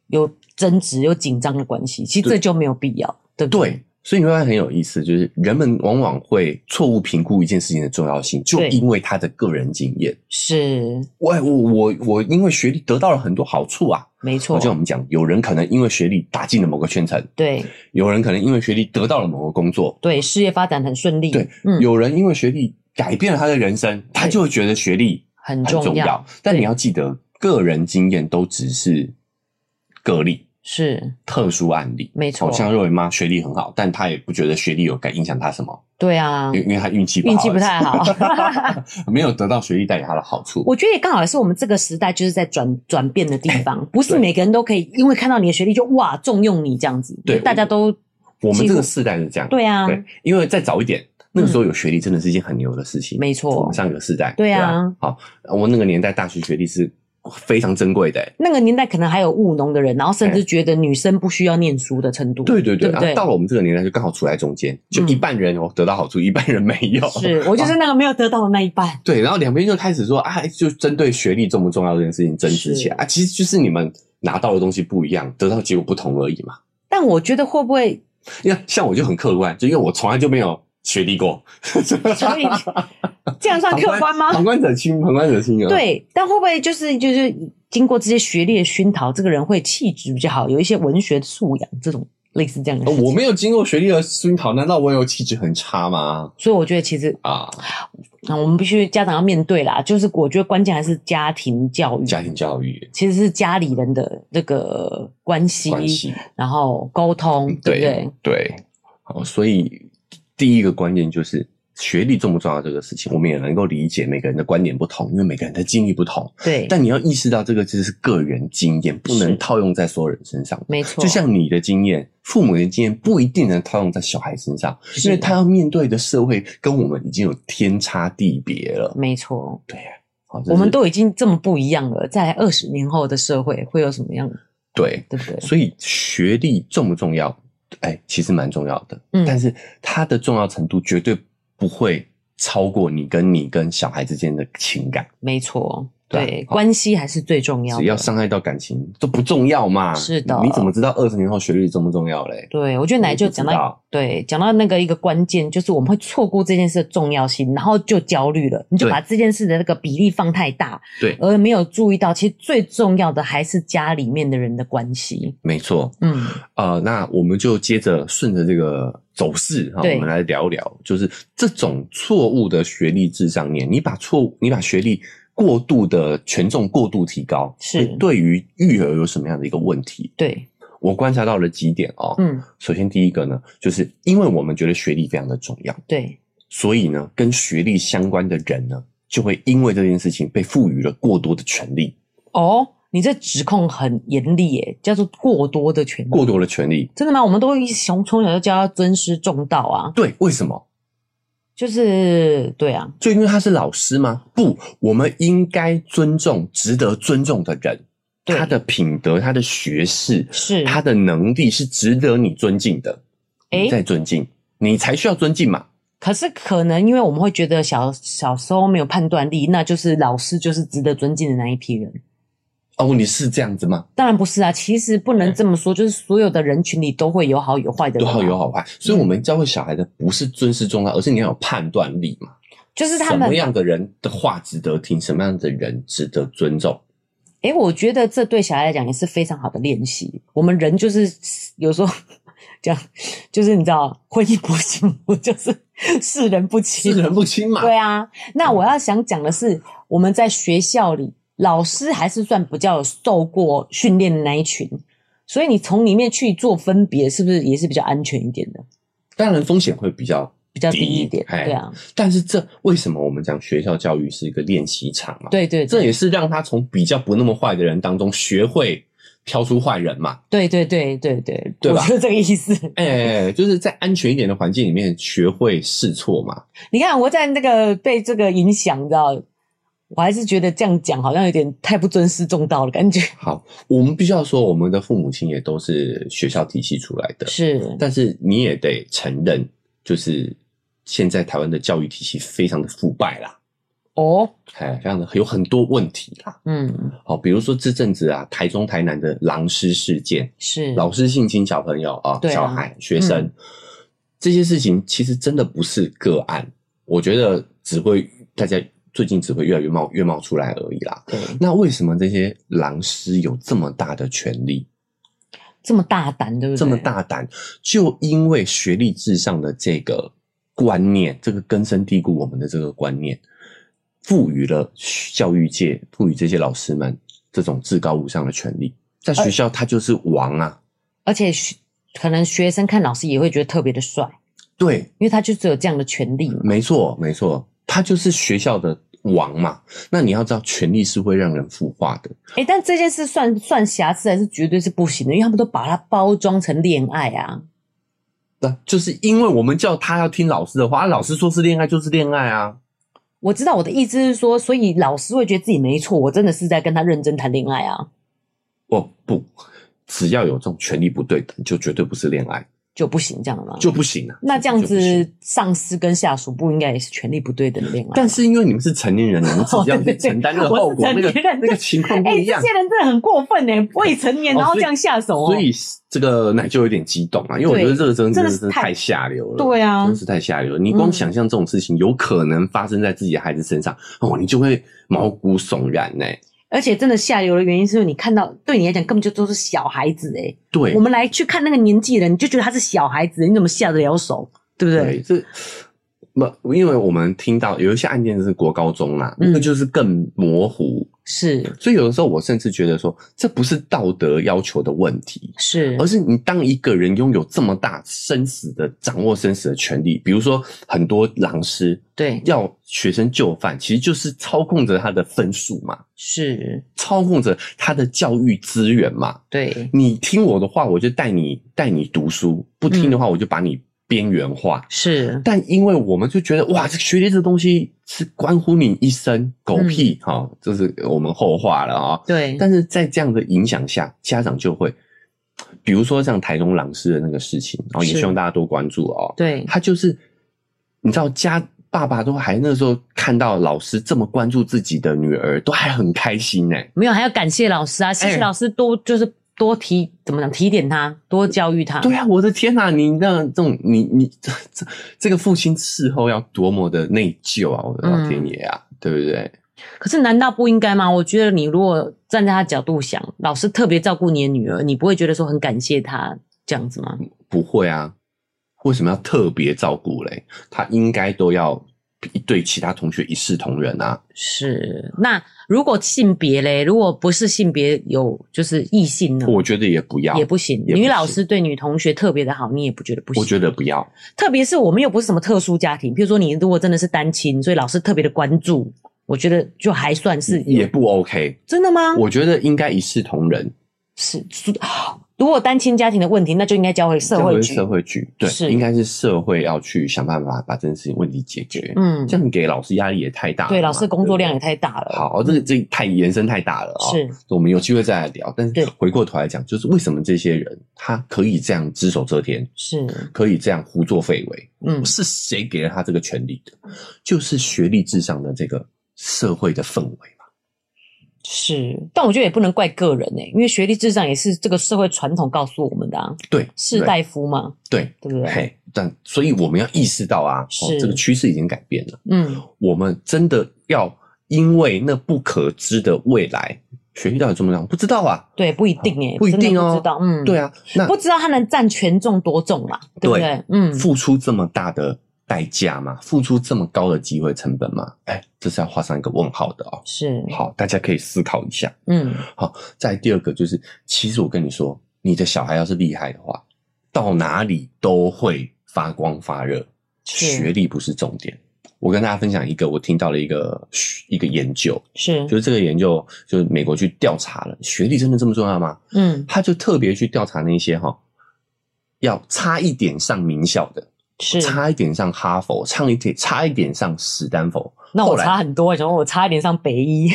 [SPEAKER 1] 有争执、有紧张的关系。其实这
[SPEAKER 2] 对
[SPEAKER 1] 就没有必要，对不对？
[SPEAKER 2] 对。所以你会发现很有意思，就是人们往往会错误评估一件事情的重要性，就
[SPEAKER 1] 对
[SPEAKER 2] 因为他的个人经验。
[SPEAKER 1] 是
[SPEAKER 2] 喂，我我我因为学历得到了很多好处啊，
[SPEAKER 1] 没
[SPEAKER 2] 好
[SPEAKER 1] 错，
[SPEAKER 2] 像我们讲，有人可能因为学历打进了某个圈层，
[SPEAKER 1] 对
[SPEAKER 2] 有人可能因为学历得到了某个工作，
[SPEAKER 1] 对，事业发展很顺利，
[SPEAKER 2] 对，
[SPEAKER 1] 嗯，
[SPEAKER 2] 有人因为学历改变了他的人生，他就会觉得学历
[SPEAKER 1] 很
[SPEAKER 2] 很
[SPEAKER 1] 重
[SPEAKER 2] 重要。但你要记得，个人经验都只是个例、
[SPEAKER 1] 是
[SPEAKER 2] 特殊案例。
[SPEAKER 1] 没错
[SPEAKER 2] 好像肉圆妈学历很好，但她也不觉得学历有改影响她什么，
[SPEAKER 1] 对啊
[SPEAKER 2] 因，为因为她运气不好
[SPEAKER 1] 运气不太好，
[SPEAKER 2] 没有得到学历带给她的好处。
[SPEAKER 1] 我觉得也刚好是我们这个时代就是在转转变的地方，不是
[SPEAKER 2] 哎对
[SPEAKER 1] 每个人都可以因为看到你的学历就哇重用你这样子，
[SPEAKER 2] 对
[SPEAKER 1] 大家都
[SPEAKER 2] 我们这
[SPEAKER 1] 几乎
[SPEAKER 2] 个世代是这样，
[SPEAKER 1] 对啊，嗯
[SPEAKER 2] 对，因为再早一点，那个时候有学历真的是一件很牛的事情。
[SPEAKER 1] 没错
[SPEAKER 2] 我们上个世代，
[SPEAKER 1] 对啊
[SPEAKER 2] 好，我那个年代大学学历是非常珍贵的、欸
[SPEAKER 1] 那个年代可能还有务农的人，然后甚至觉得女生不需要念书的程度。
[SPEAKER 2] 对对对，
[SPEAKER 1] 对不嗯
[SPEAKER 2] 然后到了我们这个年代就刚好处在中间，就一半人哦有得到好处，一半人没有。
[SPEAKER 1] 是我就是那个没有得到的那一半。
[SPEAKER 2] 对，然后两边就开始说啊，就针对学历重不重要这件事情争执起来
[SPEAKER 1] 是
[SPEAKER 2] 啊，其实就是你们拿到的东西不一样，得到结果不同而已嘛。
[SPEAKER 1] 但我觉得会不会，
[SPEAKER 2] 因为像我就很客观，就因为我从来就没有学历过，
[SPEAKER 1] 所以这样算客观吗？
[SPEAKER 2] 旁观者清，旁观者清啊。
[SPEAKER 1] 对，但会不会就是就是经过这些学历的熏陶，这个人会气质比较好，有一些文学素养这种类似这样的
[SPEAKER 2] 呃
[SPEAKER 1] 事情。
[SPEAKER 2] 我没有经过学历的熏陶，难道我有气质很差吗？
[SPEAKER 1] 所以我觉得其实
[SPEAKER 2] 啊，
[SPEAKER 1] 啊，我们必须家长要面对啦，就是我觉得关键还是家庭教育，
[SPEAKER 2] 家庭教育
[SPEAKER 1] 其实是家里人的那个关系，
[SPEAKER 2] 关系，
[SPEAKER 1] 然后沟通，对不对？
[SPEAKER 2] 对，好，所以第一个关键就是学历重不重要这个事情，我们也能够理解每个人的观点不同，因为每个人的经历不同。
[SPEAKER 1] 对，
[SPEAKER 2] 但你要意识到，这个只是个人经验，不
[SPEAKER 1] 是
[SPEAKER 2] 能套用在所有人身上。
[SPEAKER 1] 没错，
[SPEAKER 2] 就像你的经验，父母的经验不一定能套用在小孩身上，因为
[SPEAKER 1] 是
[SPEAKER 2] 他要面对的社会跟我们已经有天差地别了。啊
[SPEAKER 1] 没错，
[SPEAKER 2] 好，这
[SPEAKER 1] 我们
[SPEAKER 2] 是
[SPEAKER 1] 都已经这么不一样了，在二十年后的社会会有什么样，
[SPEAKER 2] 对，
[SPEAKER 1] 对不对？
[SPEAKER 2] 所以学历重不重要？哎，其实蛮重要的，
[SPEAKER 1] 嗯
[SPEAKER 2] 但是它的重要程度绝对不会超过你跟你跟小孩之间的情感，
[SPEAKER 1] 没错，
[SPEAKER 2] 对啊
[SPEAKER 1] 对，
[SPEAKER 2] 好
[SPEAKER 1] 关系还是最重要
[SPEAKER 2] 只要
[SPEAKER 1] 的。
[SPEAKER 2] 伤害到感情都不重要嘛。
[SPEAKER 1] 是的
[SPEAKER 2] 你怎么知道二十年后学历重不重要嘞？
[SPEAKER 1] 对，我觉得奶就讲
[SPEAKER 2] 你不知
[SPEAKER 1] 到
[SPEAKER 2] 道
[SPEAKER 1] 对，讲到那个一个关键，就是我们会错过这件事的重要性，然后就焦虑了，你就
[SPEAKER 2] 对
[SPEAKER 1] 把这件事的那个比例放太大，
[SPEAKER 2] 对，
[SPEAKER 1] 而没有注意到，其实最重要的还是家里面的人的关系。
[SPEAKER 2] 没错。
[SPEAKER 1] 嗯，
[SPEAKER 2] 呃，那我们就接着顺着这个走势哈，
[SPEAKER 1] 对
[SPEAKER 2] 我们来聊聊，就是这种错误的学历至上念，你把错误，你把学历过度的权重过度提高，
[SPEAKER 1] 是
[SPEAKER 2] 会对于育儿有什么样的一个问题？
[SPEAKER 1] 对，
[SPEAKER 2] 我观察到了几点哦。
[SPEAKER 1] 嗯，
[SPEAKER 2] 首先第一个呢，就是因为我们觉得学历非常的重要，
[SPEAKER 1] 对，
[SPEAKER 2] 所以呢，跟学历相关的人呢，就会因为这件事情被赋予了过多的权利，
[SPEAKER 1] 哦，你这指控很严厉耶，叫做过多的权利。
[SPEAKER 2] 过多的权利。
[SPEAKER 1] 真的吗？我们都会从从小就教他尊师重道啊，
[SPEAKER 2] 对，为什么？
[SPEAKER 1] 就是对啊，
[SPEAKER 2] 就因为他是老师吗？不，我们应该尊重值得尊重的人，
[SPEAKER 1] 对
[SPEAKER 2] 他的品德、他的学识、
[SPEAKER 1] 是
[SPEAKER 2] 他的能力是值得你尊敬的。
[SPEAKER 1] 诶
[SPEAKER 2] 你在尊敬，你才需要尊敬嘛？
[SPEAKER 1] 可是可能因为我们会觉得小小时候没有判断力，那就是老师就是值得尊敬的那一批人。
[SPEAKER 2] 哦，你是这样子吗？
[SPEAKER 1] 当然不是啊，其实不能这么说，就是所有的人群里都会有好有坏的
[SPEAKER 2] 有
[SPEAKER 1] 人、啊，
[SPEAKER 2] 好有，好坏，所以我们教会小孩的不是尊师重道，而是你要有判断力嘛。
[SPEAKER 1] 就是他
[SPEAKER 2] 什
[SPEAKER 1] 们
[SPEAKER 2] 么。样的人的话值得听，什么样的人值得尊重？
[SPEAKER 1] 诶，我觉得这对小孩来讲也是非常好的练习。我们人就是有时候 这样，就是你知道，婚姻不幸福就是 世人不清，
[SPEAKER 2] 是人不清嘛？嗯
[SPEAKER 1] 对啊，那我要想讲的是，我们在学校里，老师还是算比较有受过训练的那一群，所以你从里面去做分别，是不是也是比较安全一点的，
[SPEAKER 2] 当然风险会比较
[SPEAKER 1] 比较低
[SPEAKER 2] 低
[SPEAKER 1] 一点？
[SPEAKER 2] 哎
[SPEAKER 1] 对啊，
[SPEAKER 2] 但是这为什么我们讲学校教育是一个练习场嘛？，
[SPEAKER 1] 对对
[SPEAKER 2] 这
[SPEAKER 1] 对
[SPEAKER 2] 也是让他从比较不那么坏的人当中学会挑出坏人嘛。
[SPEAKER 1] 对对对对对，
[SPEAKER 2] 对
[SPEAKER 1] 我
[SPEAKER 2] 吧
[SPEAKER 1] 就是这个意思。
[SPEAKER 2] 哎、就是在安全一点的环境里面学会试错嘛。
[SPEAKER 1] 你看，我在那个被这个影响，你知道，我还是觉得这样讲好像有点太不尊师重道了，感觉
[SPEAKER 2] 好，我们必须要说，我们的父母亲也都是学校体系出来的，
[SPEAKER 1] 是
[SPEAKER 2] 但是你也得承认，就是现在台湾的教育体系非常的腐败啦，
[SPEAKER 1] 哦，
[SPEAKER 2] 哎，非常的有很多问题啦。
[SPEAKER 1] 嗯，
[SPEAKER 2] 好，比如说这阵子啊，台中、台南的狼师事件，
[SPEAKER 1] 是
[SPEAKER 2] 老师性侵小朋友啊，
[SPEAKER 1] 嗯对啊
[SPEAKER 2] 小孩、学生、
[SPEAKER 1] 嗯
[SPEAKER 2] 这些事情，其实真的不是个案，我觉得只会大家最近只会越来越冒越冒出来而已啦。
[SPEAKER 1] 对
[SPEAKER 2] 那为什么这些狼师有这么大的权利，
[SPEAKER 1] 这么大胆，对不对？
[SPEAKER 2] 这么，大胆？就因为学历至上的这个观念，这个根深蒂固我们的这个观念，赋予了教育界，赋予这些老师们这种至高无上的权利。在学校，他就是王啊！
[SPEAKER 1] 而且学可能学生看老师也会觉得特别的帅。
[SPEAKER 2] 对，
[SPEAKER 1] 因为他就只有这样的权利嘛。
[SPEAKER 2] 没错，没错，他就是学校的王嘛。那你要知道，权力是会让人腐化的。
[SPEAKER 1] 哎，但这件事算算瑕疵还是绝对是不行的，因为他们都把它包装成恋爱啊。
[SPEAKER 2] 那就是因为我们叫他要听老师的话，啊老师说是恋爱就是恋爱啊。
[SPEAKER 1] 我知道我的意思是说，所以老师会觉得自己没错，我真的是在跟他认真谈恋爱啊，
[SPEAKER 2] 哦不，只要有这种权力不对等，就绝对不是恋爱，
[SPEAKER 1] 就不行这样吗？
[SPEAKER 2] 就不行啊。
[SPEAKER 1] 那这样
[SPEAKER 2] 就不行
[SPEAKER 1] 子，上司跟下属不应该也是权力不对等的恋爱吗？
[SPEAKER 2] 但是因为你们是 成年人，你们自己要
[SPEAKER 1] 哦对
[SPEAKER 2] 去承担那个
[SPEAKER 1] 我是
[SPEAKER 2] 后果，那个
[SPEAKER 1] 成年人
[SPEAKER 2] 那个情况不
[SPEAKER 1] 哎、
[SPEAKER 2] 一
[SPEAKER 1] 这
[SPEAKER 2] 样。
[SPEAKER 1] 些人真的很过分呢、未成年
[SPEAKER 2] 哦
[SPEAKER 1] 然后这
[SPEAKER 2] 所以
[SPEAKER 1] 样下手哦。
[SPEAKER 2] 所以这个奶就有点激动啊，因为我觉得这个真的
[SPEAKER 1] 嗯真
[SPEAKER 2] 真
[SPEAKER 1] 的
[SPEAKER 2] 的
[SPEAKER 1] 是
[SPEAKER 2] 是
[SPEAKER 1] 太
[SPEAKER 2] 太下流了，
[SPEAKER 1] 对啊
[SPEAKER 2] 真的是太下流了。你光
[SPEAKER 1] 嗯
[SPEAKER 2] 想象这种事情有可能发生在自己的孩子身上，哦，你就会毛骨悚然欸呢、
[SPEAKER 1] 而且真的下流的原因是因为你看到对你来讲根本就都是小孩子哎、
[SPEAKER 2] 对
[SPEAKER 1] 我，们来去看那个年纪的人，你就觉得他是小孩子，你怎么下得了手，对不对？
[SPEAKER 2] 对，这不，因为我们听到有一些案件是国高中啦，
[SPEAKER 1] 嗯
[SPEAKER 2] 那个就是更模糊，
[SPEAKER 1] 是
[SPEAKER 2] 所以有的时候我甚至觉得说，这不是道德要求的问题，
[SPEAKER 1] 是
[SPEAKER 2] 而，是你当一个人拥有这么大生死的掌握生死的权利，比如说很多狼师
[SPEAKER 1] 对，
[SPEAKER 2] 要学生就范，其实就是操控着他的分数嘛，
[SPEAKER 1] 是，
[SPEAKER 2] 操控着他的教育资源嘛。
[SPEAKER 1] 对，
[SPEAKER 2] 你听我的话，我就带你带你读书；不听的话，我就把你边缘化。
[SPEAKER 1] 是，
[SPEAKER 2] 但因为我们就觉得哇，这学历这东西是关乎你一生，狗屁哈、哦，这是我们后话了啊、
[SPEAKER 1] 对，
[SPEAKER 2] 但是在这样的影响下，家长就会，比如说像台中朗师的那个事情，哦然后也
[SPEAKER 1] 是
[SPEAKER 2] 希望大家多关注哦。
[SPEAKER 1] 对，
[SPEAKER 2] 他就是，你知道家爸爸都还那时候看到老师这么关注自己的女儿，都还很开心呢、
[SPEAKER 1] 没有，还要感谢老师啊，谢谢
[SPEAKER 2] 哎
[SPEAKER 1] 老师多就是多提怎么讲提点他，多教育他，
[SPEAKER 2] 对啊，我的天呐、你那这种你你这这这个父亲事后要多么的内疚啊！我的老天爷啊，对不对？
[SPEAKER 1] 可是难道不应该吗？我觉得你如果站在他角度想，老师特别照顾你的女儿，你不会觉得说很感谢他这样子吗？
[SPEAKER 2] 不会啊，为什么要特别照顾嘞？他应该都要对其他同学一视同仁啊。
[SPEAKER 1] 是。那如果性别嘞，如果不是性别有就是异性呢，
[SPEAKER 2] 我觉得也不要，
[SPEAKER 1] 嗯也不行。
[SPEAKER 2] 也不
[SPEAKER 1] 女老
[SPEAKER 2] 行
[SPEAKER 1] 师对女同学特别的好，你也不觉得不行？
[SPEAKER 2] 我觉得不要。
[SPEAKER 1] 特别是我们又不是什么特殊家庭，譬如说你如果真的是单亲，所以老师特别的关注，我觉得就还算是有
[SPEAKER 2] 也不 OK，
[SPEAKER 1] 真的吗？
[SPEAKER 2] 我觉得应该一视同仁，
[SPEAKER 1] 是，是如果单亲家庭的问题，那就应该交回社
[SPEAKER 2] 这
[SPEAKER 1] 会
[SPEAKER 2] 个是
[SPEAKER 1] 局。
[SPEAKER 2] 社会局对，
[SPEAKER 1] 是
[SPEAKER 2] 应该是社会要去想办法把这件事情问题解决。
[SPEAKER 1] 嗯，
[SPEAKER 2] 这样给老师压力也太大了嘛，
[SPEAKER 1] 对，老师工作量也
[SPEAKER 2] 对
[SPEAKER 1] 太大了。
[SPEAKER 2] 不对好，这个这个太延伸太大了啊、
[SPEAKER 1] 是，
[SPEAKER 2] 我们有机会再来聊。但
[SPEAKER 1] 对
[SPEAKER 2] 是回过头来讲，就是为什么这些人他可以这样只手遮天，
[SPEAKER 1] 是，
[SPEAKER 2] 可以这样胡作非为，
[SPEAKER 1] 嗯，
[SPEAKER 2] 是谁给了他这个权利的？就是学历至上的这个社会的氛围。
[SPEAKER 1] 是，但我觉得也不能怪个人哎、因为学历至上也是这个社会传统告诉我们的啊，
[SPEAKER 2] 对，
[SPEAKER 1] 士大夫嘛，
[SPEAKER 2] 对对
[SPEAKER 1] 对不对？
[SPEAKER 2] 嘿，但所以我们要意识到啊，哦
[SPEAKER 1] 是，
[SPEAKER 2] 这个趋势已经改变了。
[SPEAKER 1] 嗯，
[SPEAKER 2] 我们真的要因为那不可知的未来，学历到底重不重要？不知道啊，
[SPEAKER 1] 对，不一定哎、
[SPEAKER 2] 不一
[SPEAKER 1] 真的
[SPEAKER 2] 定哦
[SPEAKER 1] 不知道，嗯，
[SPEAKER 2] 对，啊，那
[SPEAKER 1] 不知道他能占权重多重嘛，对不
[SPEAKER 2] 对
[SPEAKER 1] 对？嗯，
[SPEAKER 2] 付出这么大的代价嘛，付出这么高的机会成本嘛，哎，这是要画上一个问号的哦。
[SPEAKER 1] 是，
[SPEAKER 2] 好，大家可以思考一下。
[SPEAKER 1] 嗯，
[SPEAKER 2] 再第二个就是，其实我跟你说，你的小孩要是厉害的话，到哪里都会发光发热。
[SPEAKER 1] 是
[SPEAKER 2] 学历不是重点。我跟大家分享一个，我听到了一个一个研究，
[SPEAKER 1] 是，
[SPEAKER 2] 就是这个研究就是美国去调查了，学历真的这么重要吗？
[SPEAKER 1] 嗯，
[SPEAKER 2] 他就特别去调查那些哈、要差一点上名校的，
[SPEAKER 1] 是。
[SPEAKER 2] 差一点上哈佛，差一点差一点上史丹佛，
[SPEAKER 1] 那我
[SPEAKER 2] 后来
[SPEAKER 1] 差很多，然后我差一点上北 医，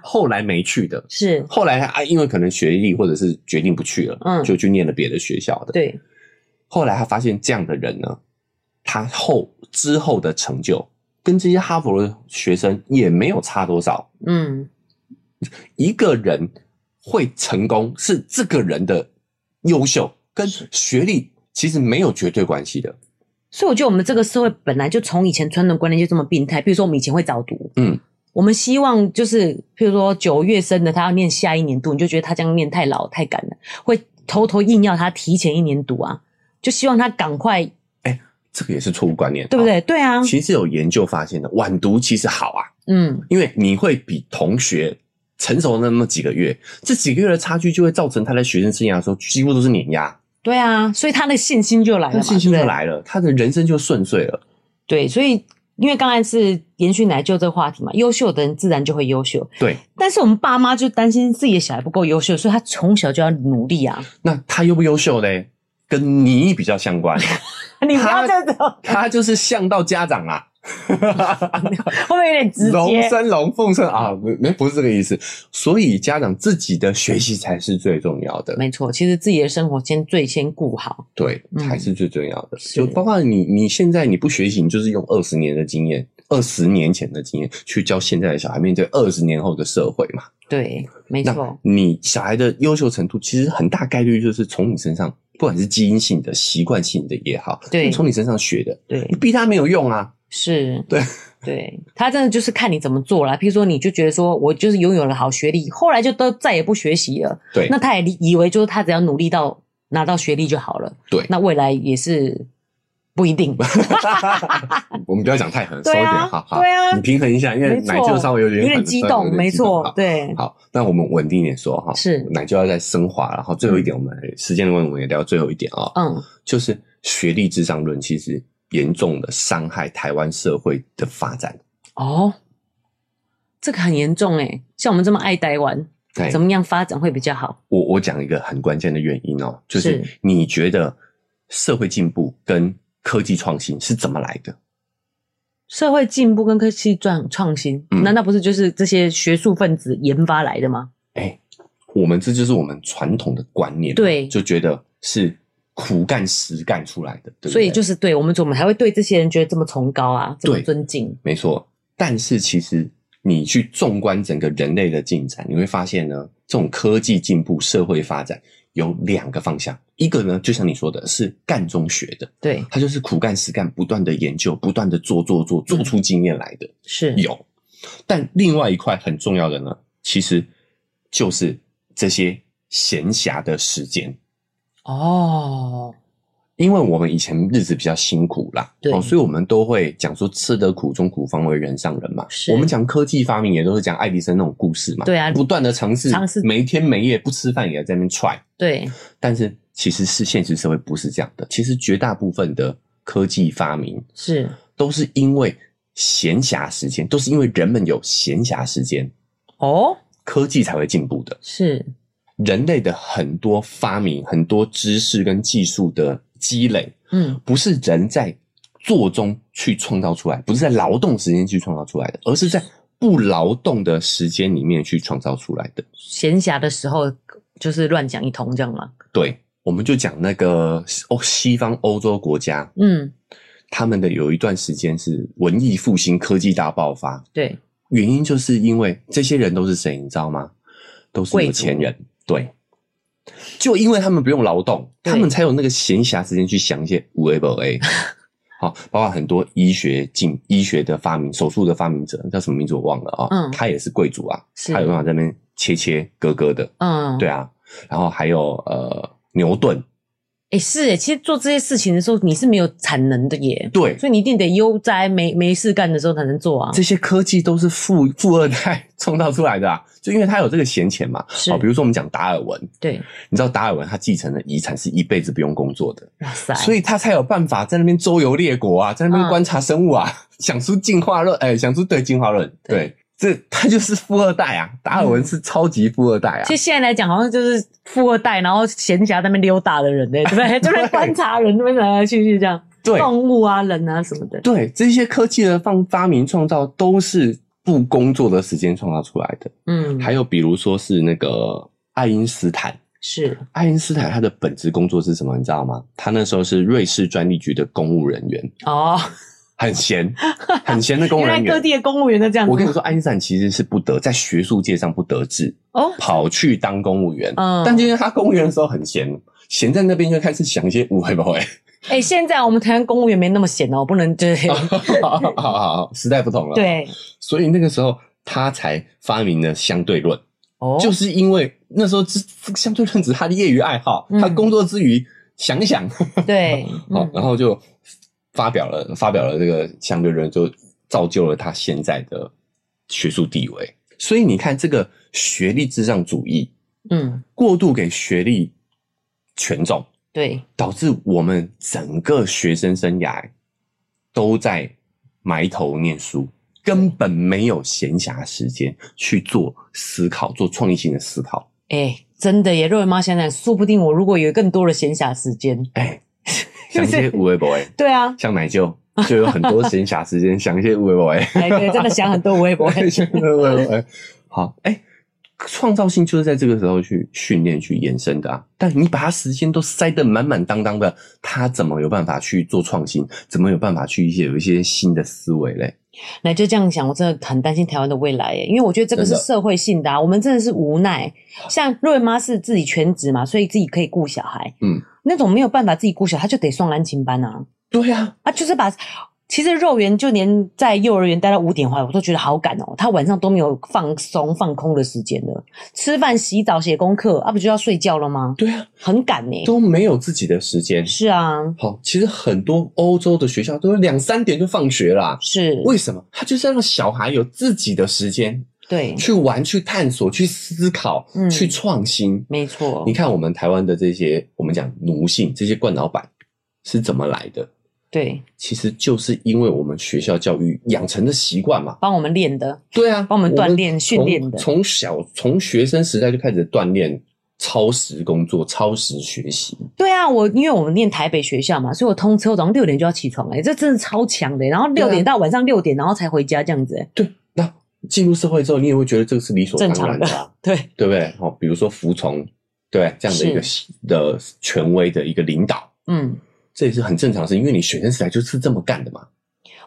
[SPEAKER 2] 后来没去的，
[SPEAKER 1] 是
[SPEAKER 2] 后来啊，因为可能学历或者是决定不去了，
[SPEAKER 1] 嗯
[SPEAKER 2] 就去念了别的学校的。，
[SPEAKER 1] 对，
[SPEAKER 2] 后来他发现这样的人呢，他后之后的成就跟这些哈佛的学生也没有差多少。
[SPEAKER 1] 嗯，
[SPEAKER 2] 一个人会成功，是这个人的优秀跟学历其实没有绝对关系的。
[SPEAKER 1] 所以我觉得我们这个社会本来就从以前传统观念就这么病态，比如说我们以前会早读，
[SPEAKER 2] 嗯，
[SPEAKER 1] 我们希望就是，譬如说九月生的，他要念下一年度，你就觉得他这样念太老太赶了，会偷偷硬要他提前一年读啊，就希望他赶快，
[SPEAKER 2] 这个也是错误观念，
[SPEAKER 1] 对不？对？对啊，
[SPEAKER 2] 其实有研究发现的，晚读其实好啊，
[SPEAKER 1] 嗯，
[SPEAKER 2] 因为你会比同学成熟那么几个月，这几个月的差距就会造成他在学生生涯的时候几乎都是碾压，
[SPEAKER 1] 对啊，所以他的信心就来了
[SPEAKER 2] 他
[SPEAKER 1] 嘛，
[SPEAKER 2] 信心
[SPEAKER 1] 哎对不
[SPEAKER 2] 就
[SPEAKER 1] 对
[SPEAKER 2] 来了，他的人生就顺遂了。
[SPEAKER 1] 对，所以因为刚才是延续奶舅这个话题嘛，优秀的人自然就会优秀，
[SPEAKER 2] 对，
[SPEAKER 1] 但是我们爸妈就担心自己的小孩不够优秀，所以他从小就要努力啊，
[SPEAKER 2] 那他优不优秀嘞？跟你比较相 关，
[SPEAKER 1] 你不要这种，
[SPEAKER 2] 他就是像到家长啊，
[SPEAKER 1] 会不会有点直
[SPEAKER 2] 龙
[SPEAKER 1] 接？
[SPEAKER 2] 生龙，凤生啊，没没不是这个意思。所以家长自己的学习才是最重要的，
[SPEAKER 1] 没错，其实自己的生活先最先顾好，
[SPEAKER 2] 对，
[SPEAKER 1] 嗯
[SPEAKER 2] 才是最重要的。
[SPEAKER 1] 是
[SPEAKER 2] 就包括你，你现在你不学习，你就是用二十年的经验，二十年前的经验去教现在的小孩面对二十年后的社会嘛。
[SPEAKER 1] 对，没
[SPEAKER 2] 那
[SPEAKER 1] 错，
[SPEAKER 2] 你小孩的优秀程度，其实很大概率就是从你身上，不管是基因性的、习惯性的也好，
[SPEAKER 1] 对
[SPEAKER 2] 就从你身上学的。
[SPEAKER 1] 对
[SPEAKER 2] 你。逼他没有用啊，
[SPEAKER 1] 是，
[SPEAKER 2] 对，
[SPEAKER 1] 对他真的就是看你怎么做啦。譬如说，你就觉得说我就是拥有了好学历，后来就都再也不学习了，
[SPEAKER 2] 对
[SPEAKER 1] 那他也以为就是他只要努力到拿到学历就好了，
[SPEAKER 2] 对
[SPEAKER 1] 那未来也是不一定。
[SPEAKER 2] 我们不要讲太狠，收
[SPEAKER 1] 对
[SPEAKER 2] 一点，
[SPEAKER 1] 啊
[SPEAKER 2] 好好，
[SPEAKER 1] 对啊
[SPEAKER 2] 你平衡一下，因为
[SPEAKER 1] 没
[SPEAKER 2] 奶就
[SPEAKER 1] 错
[SPEAKER 2] 稍微有点
[SPEAKER 1] 有
[SPEAKER 2] 狠
[SPEAKER 1] 点
[SPEAKER 2] 的
[SPEAKER 1] 激
[SPEAKER 2] 时候有
[SPEAKER 1] 动，
[SPEAKER 2] 点
[SPEAKER 1] 没
[SPEAKER 2] 激动
[SPEAKER 1] 错
[SPEAKER 2] 好，
[SPEAKER 1] 对，
[SPEAKER 2] 好，那我们稳定一点说哈，
[SPEAKER 1] 是
[SPEAKER 2] 奶就要再升华了。然后最后一点，我们时间的问题，我们也聊最后一点啊、
[SPEAKER 1] 嗯，
[SPEAKER 2] 就是学历至上论其实严重的伤害台湾社会的发展。
[SPEAKER 1] 哦，这个很严重哎，像我们这么爱台湾，
[SPEAKER 2] 对
[SPEAKER 1] 怎么样发展会比较好？
[SPEAKER 2] 我我讲一个很关键的原因哦，就是
[SPEAKER 1] 是
[SPEAKER 2] 你觉得社会进步跟科技创新是怎么来的？
[SPEAKER 1] 社会进步跟科技创创新，
[SPEAKER 2] 嗯
[SPEAKER 1] 难道不是就是这些学术分子研发来的吗？
[SPEAKER 2] 哎，我们这就是我们传统的观念，
[SPEAKER 1] 对
[SPEAKER 2] 就觉得是苦干实干出来的，对不对？
[SPEAKER 1] 所以就是对我们怎么还会对这些人觉得这么崇高啊，这么
[SPEAKER 2] 对
[SPEAKER 1] 尊敬？
[SPEAKER 2] 没错。但是其实你去纵观整个人类的进展，你会发现呢，这种科技进步、社会发展有两个方向，一个呢，就像你说的，是干中学的，
[SPEAKER 1] 对，
[SPEAKER 2] 它就是苦干实干，不断的研究，不断的做做做，做出经验来的。
[SPEAKER 1] 是
[SPEAKER 2] 有，但另外一块很重要的呢，其实就是这些闲暇的时间，
[SPEAKER 1] 哦，
[SPEAKER 2] 因为我们以前日子比较辛苦啦，
[SPEAKER 1] 对
[SPEAKER 2] 哦，所以我们都会讲说“吃得苦中苦，方为人上人”嘛。
[SPEAKER 1] 是
[SPEAKER 2] 我们讲科技发明，也都是讲爱迪生那种故事嘛。
[SPEAKER 1] 对啊
[SPEAKER 2] 不断的尝试，
[SPEAKER 1] 尝试
[SPEAKER 2] 每天每夜不吃饭也在那边踹。
[SPEAKER 1] 对，
[SPEAKER 2] 但是其实是现实社会不是这样的，其实绝大部分的科技发明
[SPEAKER 1] 是
[SPEAKER 2] 都是因为闲暇时间，都是因为人们有闲暇时间，
[SPEAKER 1] 哦，
[SPEAKER 2] 科技才会进步的。
[SPEAKER 1] 是
[SPEAKER 2] 人类的很多发明、很多知识跟技术的积累，
[SPEAKER 1] 嗯，
[SPEAKER 2] 不是人在做中去创造出来，不是在劳动时间去创造出来的，而是在不劳动的时间里面去创造出来的。
[SPEAKER 1] 闲暇的时候就是乱讲一通这样嘛。
[SPEAKER 2] 对，我们就讲那个哦，西方欧洲国家，
[SPEAKER 1] 嗯，
[SPEAKER 2] 他们的有一段时间是文艺复兴、科技大爆发，
[SPEAKER 1] 对，
[SPEAKER 2] 原因就是因为这些人都是谁，你知道吗？都是有钱人，对。就因为他们不用劳动，
[SPEAKER 1] 对
[SPEAKER 2] 他们才有那个闲暇时间去想一些无 A 不 A。好，包括很多医学进医学的发明，手术的发明者叫什么名字我忘了啊、
[SPEAKER 1] 嗯
[SPEAKER 2] 他也是贵族啊，
[SPEAKER 1] 是
[SPEAKER 2] 他有办法在那边切切割割的，
[SPEAKER 1] 嗯，
[SPEAKER 2] 对啊。然后还有呃牛顿，
[SPEAKER 1] 哎、是哎，其实做这些事情的时候，你是没有产能的耶，
[SPEAKER 2] 对，
[SPEAKER 1] 所以你一定得悠哉没没事干的时候才能做啊。
[SPEAKER 2] 这些科技都是富富二代 创造出来的啊，就因为他有这个闲钱嘛。
[SPEAKER 1] 是
[SPEAKER 2] 好，比如说我们讲达尔文，
[SPEAKER 1] 对，
[SPEAKER 2] 你知道达尔文他继承的遗产是一辈子不用工作的，
[SPEAKER 1] 哇塞，
[SPEAKER 2] 所以他才有办法在那边周游列国啊，
[SPEAKER 1] 嗯
[SPEAKER 2] 在那边观察生物啊， 想出进化论，哎、想出对进化论，
[SPEAKER 1] 对嗯
[SPEAKER 2] 对，这他就是富二代啊，达尔文是超级富二代啊，
[SPEAKER 1] 其实现在来讲，好像就是富二代，然后闲暇在那边溜达的人哎，对不对？ 这边观察人，这边来来去去这样，
[SPEAKER 2] 对
[SPEAKER 1] 动物啊、人啊什么的。
[SPEAKER 2] 对，这些科技的放发明创造都是不工作的时间创造出来的，
[SPEAKER 1] 嗯，
[SPEAKER 2] 还有比如说是那个爱因斯坦。
[SPEAKER 1] 是
[SPEAKER 2] 爱因斯坦他的本职工作是什么？你知道吗？他那时候是瑞士专利局的公务人员，
[SPEAKER 1] 哦，
[SPEAKER 2] 很闲，很闲的公 务
[SPEAKER 1] 原
[SPEAKER 2] 人
[SPEAKER 1] 来
[SPEAKER 2] 员。
[SPEAKER 1] 各地的公务员都这样子。
[SPEAKER 2] 我跟你说，爱因斯坦其实是不得在学术界上不得志，
[SPEAKER 1] 哦，
[SPEAKER 2] 跑去当公务员。
[SPEAKER 1] 嗯
[SPEAKER 2] 但今天他公务员的时候很闲，闲在那边就开始想一些无为不会。
[SPEAKER 1] 哎、现在我们台湾公务员没那么闲哦，不能就是、
[SPEAKER 2] 好好好，时代不同了。，
[SPEAKER 1] 对
[SPEAKER 2] 所以那个时候他才发明了相对论，
[SPEAKER 1] 哦，
[SPEAKER 2] 就是因为那时候是相对论只是他的业余爱好，
[SPEAKER 1] 嗯
[SPEAKER 2] 他工作之余想一想，
[SPEAKER 1] 对，
[SPEAKER 2] 好
[SPEAKER 1] 嗯，
[SPEAKER 2] 然后就发表了发表了这个相对论，就造就了他现在的学术地位。所以你看，这个学历至上主义
[SPEAKER 1] 嗯，
[SPEAKER 2] 过度给学历权重，
[SPEAKER 1] 对，
[SPEAKER 2] 导致我们整个学生生涯都在埋头念书，根本没有闲暇时间去做思考、做创意性的思考。
[SPEAKER 1] 哎、真的耶，若瑞妈想想，说不定我如果有更多的闲暇时间，
[SPEAKER 2] 哎，想一些无为不为，
[SPEAKER 1] 对啊，
[SPEAKER 2] 像奶舅就有很多闲暇时间想一些无为不为。
[SPEAKER 1] 哎、对，真的想很多，我也不
[SPEAKER 2] 我
[SPEAKER 1] 会
[SPEAKER 2] 也，觉得我也会好，哎、创造性就是在这个时候去训练、去延伸的啊。但你把它时间都塞得满满当当的，他怎么有办法去做创新？怎么有办法去一些有一些新的思维嘞？
[SPEAKER 1] 那哎就这样想，我真的很担心台湾的未来欸耶，因为我觉得这个是
[SPEAKER 2] 真的
[SPEAKER 1] 社会性的、啊，我们真的是无奈。像瑞妈是自己全职嘛，所以自己可以顾小孩，
[SPEAKER 2] 嗯，
[SPEAKER 1] 那种没有办法自己顾小孩，她就得送安亲班啊，
[SPEAKER 2] 对呀、
[SPEAKER 1] 啊，就是把。其实肉圆就连在幼儿园待到五点回来，我都觉得好赶哦。他晚上都没有放松放空的时间了，吃饭、洗澡、写功课，啊，不就要睡觉了吗？
[SPEAKER 2] 对啊，
[SPEAKER 1] 很赶欸呢、
[SPEAKER 2] 都没有自己的时间。
[SPEAKER 1] 是啊，
[SPEAKER 2] 好，其实很多欧洲的学校都是两三点就放学啦。
[SPEAKER 1] 是，
[SPEAKER 2] 为什么？他就是要让小孩有自己的时间
[SPEAKER 1] 对，
[SPEAKER 2] 去玩、去探索、去思考、
[SPEAKER 1] 嗯
[SPEAKER 2] 去创新。
[SPEAKER 1] 没错
[SPEAKER 2] 你，看我们台湾的这些，我们讲奴性，这些惯老板是怎么来的？
[SPEAKER 1] 对，
[SPEAKER 2] 其实就是因为我们学校教育养成的习惯嘛。
[SPEAKER 1] 帮我们练的，
[SPEAKER 2] 对啊，
[SPEAKER 1] 帮我们锻炼训
[SPEAKER 2] 从
[SPEAKER 1] 练的
[SPEAKER 2] 从小从学生时代就开始锻炼超时工作、超时学习。
[SPEAKER 1] 对啊，我因为我们念台北学校嘛，所以我通车我早上六点就要起床、欸，哎，这真的超强的欸、然后六
[SPEAKER 2] 对
[SPEAKER 1] 点
[SPEAKER 2] 啊
[SPEAKER 1] 到晚上六点，然后才回家这样子、欸，
[SPEAKER 2] 对，那进入社会之后，你也会觉得这个是理所当
[SPEAKER 1] 正常
[SPEAKER 2] 然
[SPEAKER 1] 的
[SPEAKER 2] 的啊、
[SPEAKER 1] 对，
[SPEAKER 2] 对不对？好、比如说服从，对这样的一个的权威的一个领导，
[SPEAKER 1] 嗯。
[SPEAKER 2] 这也是很正常的事，因为你学生时代就是这么干的嘛。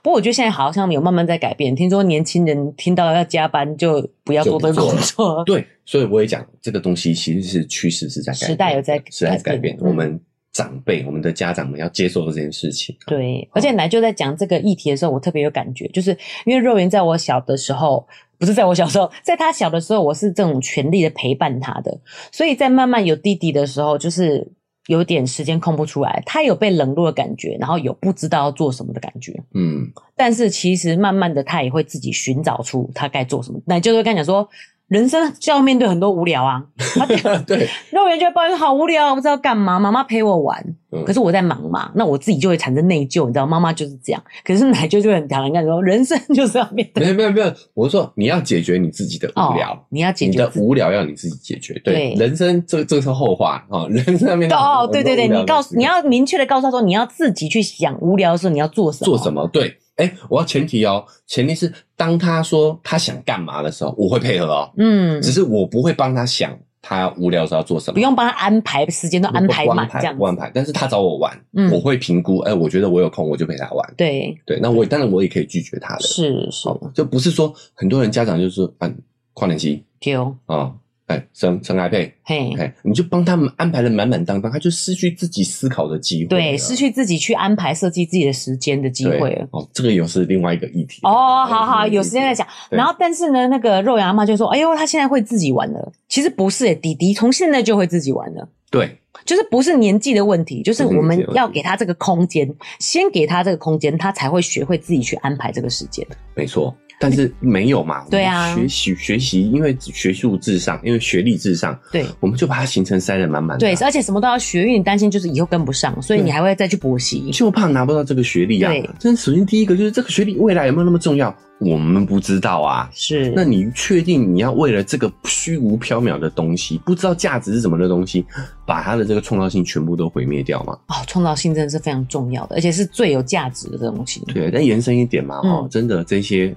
[SPEAKER 1] 不过我觉得现在好像有慢慢在改变，听说年轻人听到要加班就不要
[SPEAKER 2] 就
[SPEAKER 1] 做这
[SPEAKER 2] 不
[SPEAKER 1] 个
[SPEAKER 2] 做
[SPEAKER 1] 工
[SPEAKER 2] 了
[SPEAKER 1] 作，
[SPEAKER 2] 对，所以我也讲这个东西其实是趋势是在改变的
[SPEAKER 1] 时代有在
[SPEAKER 2] 时代在改变，
[SPEAKER 1] 改变嗯
[SPEAKER 2] 我们长辈、我们的家长们要接受这件事情。啊
[SPEAKER 1] 对，而且奶就在讲这个议题的时候，我特别有感觉，就是因为肉圆在我小的时候，不是在我小时候，在他小的时候，我是这种全力的陪伴他的，所以在慢慢有弟弟的时候，就是有点时间空不出来，他有被冷落的感觉，然后有不知道要做什么的感觉，
[SPEAKER 2] 嗯，
[SPEAKER 1] 但是其实慢慢的他也会自己寻找出他该做什么，奶就会跟你讲说。人生就要面对很多无聊啊，他
[SPEAKER 2] 对，
[SPEAKER 1] 肉圆就会抱怨好无聊，不知道干嘛，妈妈陪我玩。
[SPEAKER 2] 嗯
[SPEAKER 1] 可是我在忙嘛，那我自己就会产生内疚，你知道，妈妈就是这样。可是奶就就很坦然跟你说，人生就是要面对
[SPEAKER 2] 没有没有没有，我说你要解决你自己的 无聊。
[SPEAKER 1] 哦，你要解
[SPEAKER 2] 你
[SPEAKER 1] 决
[SPEAKER 2] 的
[SPEAKER 1] 自己。
[SPEAKER 2] 无聊要你自己解决，
[SPEAKER 1] 对
[SPEAKER 2] 对人生这这是后话啊、哦，人生上面
[SPEAKER 1] 哦，对对对，你告诉你
[SPEAKER 2] 要。
[SPEAKER 1] 要明确的告诉他说，你要自己去想无聊的时候你要做什么，
[SPEAKER 2] 做什么？对，哎，我要前提哦，前提是当他说他想干嘛的时候，我会配合哦，
[SPEAKER 1] 嗯，
[SPEAKER 2] 只是我不会帮他想他无聊的时候要做什么，
[SPEAKER 1] 不用帮他安排时间都安排
[SPEAKER 2] 我
[SPEAKER 1] 满这
[SPEAKER 2] 安排
[SPEAKER 1] 样
[SPEAKER 2] 我安
[SPEAKER 1] 子。
[SPEAKER 2] 排，但是他找我玩，
[SPEAKER 1] 嗯
[SPEAKER 2] 我会评估，哎，我觉得我有空，我就陪他玩。
[SPEAKER 1] 对，
[SPEAKER 2] 对，那我当然我也可以拒绝他的，
[SPEAKER 1] 是是，
[SPEAKER 2] 哦，就不是说很多人家长就是说，嗯，跨年期
[SPEAKER 1] 丢
[SPEAKER 2] 啊，哎，生生 iPad，
[SPEAKER 1] 嘿，
[SPEAKER 2] 哎，你就帮他们安排的满满当当，他就失去自己思考的机会了，啊
[SPEAKER 1] 对，失去自己去安排设计自己的时间的机
[SPEAKER 2] 对
[SPEAKER 1] 会了。
[SPEAKER 2] 哦，这个又是另外一个议题
[SPEAKER 1] 哦，好好，有时间再
[SPEAKER 2] 讲。
[SPEAKER 1] 讲。
[SPEAKER 2] 对
[SPEAKER 1] 然后，但是呢，那个肉圆阿妈就说：“哎呦，他现在会自己玩了。”其实不是、欸，弟弟从现在就会自己玩了，
[SPEAKER 2] 对，
[SPEAKER 1] 就是不是年纪的问题，就是我
[SPEAKER 2] 不是
[SPEAKER 1] 们
[SPEAKER 2] 年纪的问题
[SPEAKER 1] 要给他这个空间，先给他这个空间，他才会学会自己去安排这个时间。
[SPEAKER 2] 没错。但是没有嘛？
[SPEAKER 1] 对啊
[SPEAKER 2] 我们学习学习，因为学术至上，因为学历至上，
[SPEAKER 1] 对
[SPEAKER 2] 我们就把它行程塞得满满的啊。
[SPEAKER 1] 对，而且什么都要学，因为你担心就是以后跟不上，所以你还会再去补习。
[SPEAKER 2] 就怕拿不到这个学历啊
[SPEAKER 1] 对！
[SPEAKER 2] 但首先第一个就是这个学历未来有没有那么重要，我们不知道啊。
[SPEAKER 1] 是，
[SPEAKER 2] 那你确定你要为了这个虚无缥缈的东西，不知道价值是什么的东西，把它的这个创造性全部都毁灭掉吗？
[SPEAKER 1] 哦，创造性真的是非常重要的，而且是最有价值的东西。
[SPEAKER 2] 对，但延伸一点嘛，
[SPEAKER 1] 嗯
[SPEAKER 2] 哦，真的这些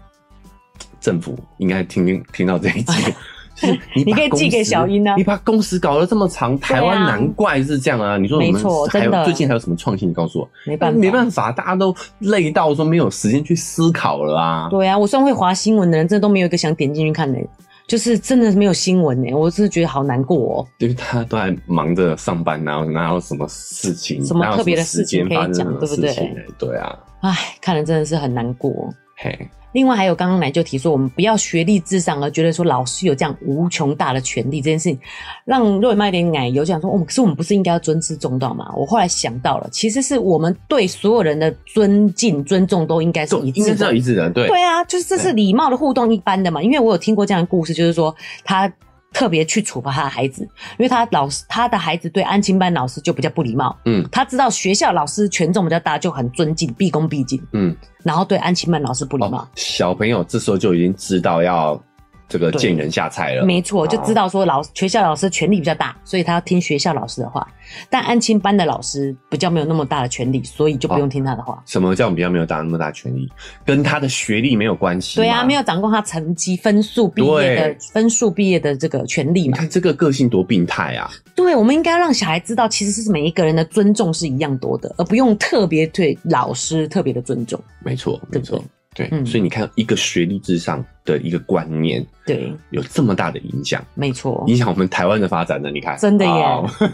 [SPEAKER 2] 政府应该听听到这一集， 就是你
[SPEAKER 1] 你
[SPEAKER 2] 把
[SPEAKER 1] 可以寄
[SPEAKER 2] 工
[SPEAKER 1] 给
[SPEAKER 2] 时
[SPEAKER 1] 小英啊
[SPEAKER 2] 你把工时搞得这么长，台湾
[SPEAKER 1] 对啊
[SPEAKER 2] 难怪是这样啊！你说我
[SPEAKER 1] 没
[SPEAKER 2] 们
[SPEAKER 1] 错
[SPEAKER 2] 还有
[SPEAKER 1] 真的
[SPEAKER 2] 最近还有什么创新？你告诉我，
[SPEAKER 1] 没办法，
[SPEAKER 2] 没办法，大家都累到说没有时间去思考了啊！
[SPEAKER 1] 对啊，我算会划新闻的人，真的都没有一个想点进去看的、就是真的没有新闻呢、欸我是觉得好难过哦。
[SPEAKER 2] 因为大家都还忙着上班，哪有哪有什么事情，
[SPEAKER 1] 什么
[SPEAKER 2] 哪有
[SPEAKER 1] 特别的
[SPEAKER 2] 时间
[SPEAKER 1] 事情可以
[SPEAKER 2] 发生
[SPEAKER 1] 讲
[SPEAKER 2] 什么
[SPEAKER 1] 对不
[SPEAKER 2] 事
[SPEAKER 1] 对
[SPEAKER 2] 情呢对啊，
[SPEAKER 1] 唉，看了真的是很难过。哦
[SPEAKER 2] 嘿，
[SPEAKER 1] 另外还有刚刚奶就提说，我们不要学历至上而觉得说老师有这样无穷大的权利这件事情，让肉圆妈有点奶油，就想说，哦，可是我们不是应该要尊师重道吗？我后来想到了，其实是我们对所有人的尊敬、尊重都应该是
[SPEAKER 2] 就
[SPEAKER 1] 一
[SPEAKER 2] 应该
[SPEAKER 1] 致
[SPEAKER 2] 是要
[SPEAKER 1] 的。
[SPEAKER 2] 一致的，对哦
[SPEAKER 1] 对啊，就是这是礼貌的互动一般的嘛。因为我有听过这样的故事，就是说他特别去处罚他的孩子，因为他老师他的孩子对安亲班老师就比较不礼貌。
[SPEAKER 2] 嗯
[SPEAKER 1] 他知道学校老师权重比较大，就很尊敬，毕恭毕敬，
[SPEAKER 2] 嗯，
[SPEAKER 1] 然后对安亲班老师不礼貌
[SPEAKER 2] 哦。，小朋友这时候就已经知道要这个
[SPEAKER 1] 对
[SPEAKER 2] 见人下菜了，
[SPEAKER 1] 没错，就知道说老学校老师权力比较大，所以他要听学校老师的话。但安亲班的老师比较没有那么大的权力，所以就不
[SPEAKER 2] 哦
[SPEAKER 1] 用听他的话。
[SPEAKER 2] 什么叫我们比较没有打那么大权利，跟他的学历没有关系。
[SPEAKER 1] 对啊，没。有掌控他成绩、分数、毕业的
[SPEAKER 2] 对
[SPEAKER 1] 分数、毕业的这个权利
[SPEAKER 2] 你
[SPEAKER 1] 嘛。
[SPEAKER 2] 看这个个性多病态啊！
[SPEAKER 1] 对，我们应该让小孩知道，其实是每一个人的尊重是一样多的，而不用特别对老师特别的尊重。
[SPEAKER 2] 没错，没
[SPEAKER 1] 对不对
[SPEAKER 2] 错。对，
[SPEAKER 1] 嗯
[SPEAKER 2] 所以你看，一个学历至上的一个观念
[SPEAKER 1] 对，
[SPEAKER 2] 有这么大的影响，
[SPEAKER 1] 没错，
[SPEAKER 2] 影响我们台湾的发展呢？你看，
[SPEAKER 1] 真的耶
[SPEAKER 2] 哦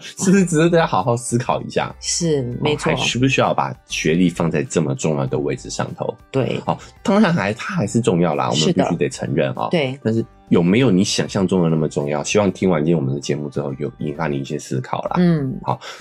[SPEAKER 2] 是不是值得大家好好思考一下？哦
[SPEAKER 1] 是没错
[SPEAKER 2] 还，需不需要把学历放在这么重要的位置上头？
[SPEAKER 1] 对
[SPEAKER 2] 好，当然还它还是重要啦，我
[SPEAKER 1] 是
[SPEAKER 2] 们必
[SPEAKER 1] 的
[SPEAKER 2] 须得承认哦。
[SPEAKER 1] 对，
[SPEAKER 2] 但是有没有你想象中的那么重要？希望听完今天我们的节目之后，有引发你一些思考啦。
[SPEAKER 1] 嗯，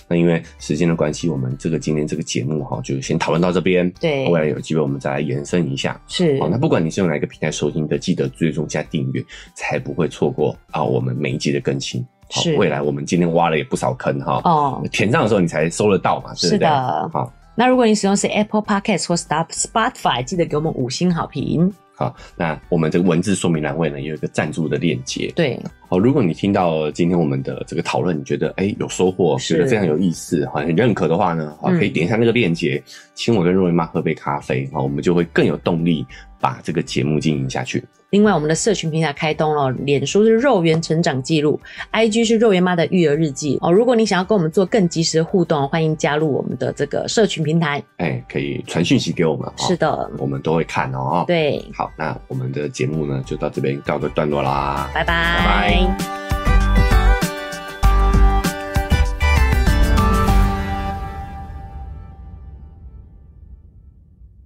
[SPEAKER 2] 那因为时间的关系，我们这个今天这个节目哈，就先讨论到这边。
[SPEAKER 1] 对
[SPEAKER 2] 未来有机会我们再来延伸一下。哦
[SPEAKER 1] 是
[SPEAKER 2] 好，那不管你是用哪一个平台收听的，记得追踪加订阅，才不会错过啊我们每一集的更新。好
[SPEAKER 1] 是
[SPEAKER 2] 未来我们今天挖了也不少坑哈，
[SPEAKER 1] 哦。
[SPEAKER 2] 填上的时候你才收得到嘛，对不对？
[SPEAKER 1] 是的
[SPEAKER 2] 好，
[SPEAKER 1] 那如果你使用是 Apple Podcast 或 Star- Spotify，记得给我们五星好评。
[SPEAKER 2] 好，那我们这个文字说明栏位呢，也有一个赞助的链接。
[SPEAKER 1] 对，
[SPEAKER 2] 好，如果你听到今天我们的这个讨论，你觉得哎有收获，
[SPEAKER 1] 是
[SPEAKER 2] 觉得非常有意思，好很认可的话呢，好
[SPEAKER 1] 嗯
[SPEAKER 2] 可以点一下那个链接，请我跟若文妈喝杯咖啡，好，我们就会更有动力把这个节目经营下去。
[SPEAKER 1] 另外我们的社群平台开通了，脸书是肉圆成长记录，IG 是肉圆妈的育儿日记哦。如果你想要跟我们做更及时的互动，欢迎加入我们的这个社群平台。
[SPEAKER 2] 哎，可以传讯息给我们，
[SPEAKER 1] 是
[SPEAKER 2] 的，
[SPEAKER 1] 的，
[SPEAKER 2] 我们都会看哦。，
[SPEAKER 1] 对，
[SPEAKER 2] 好，那我们的节目呢就到这边告个段落啦，
[SPEAKER 1] 拜拜。
[SPEAKER 2] 拜拜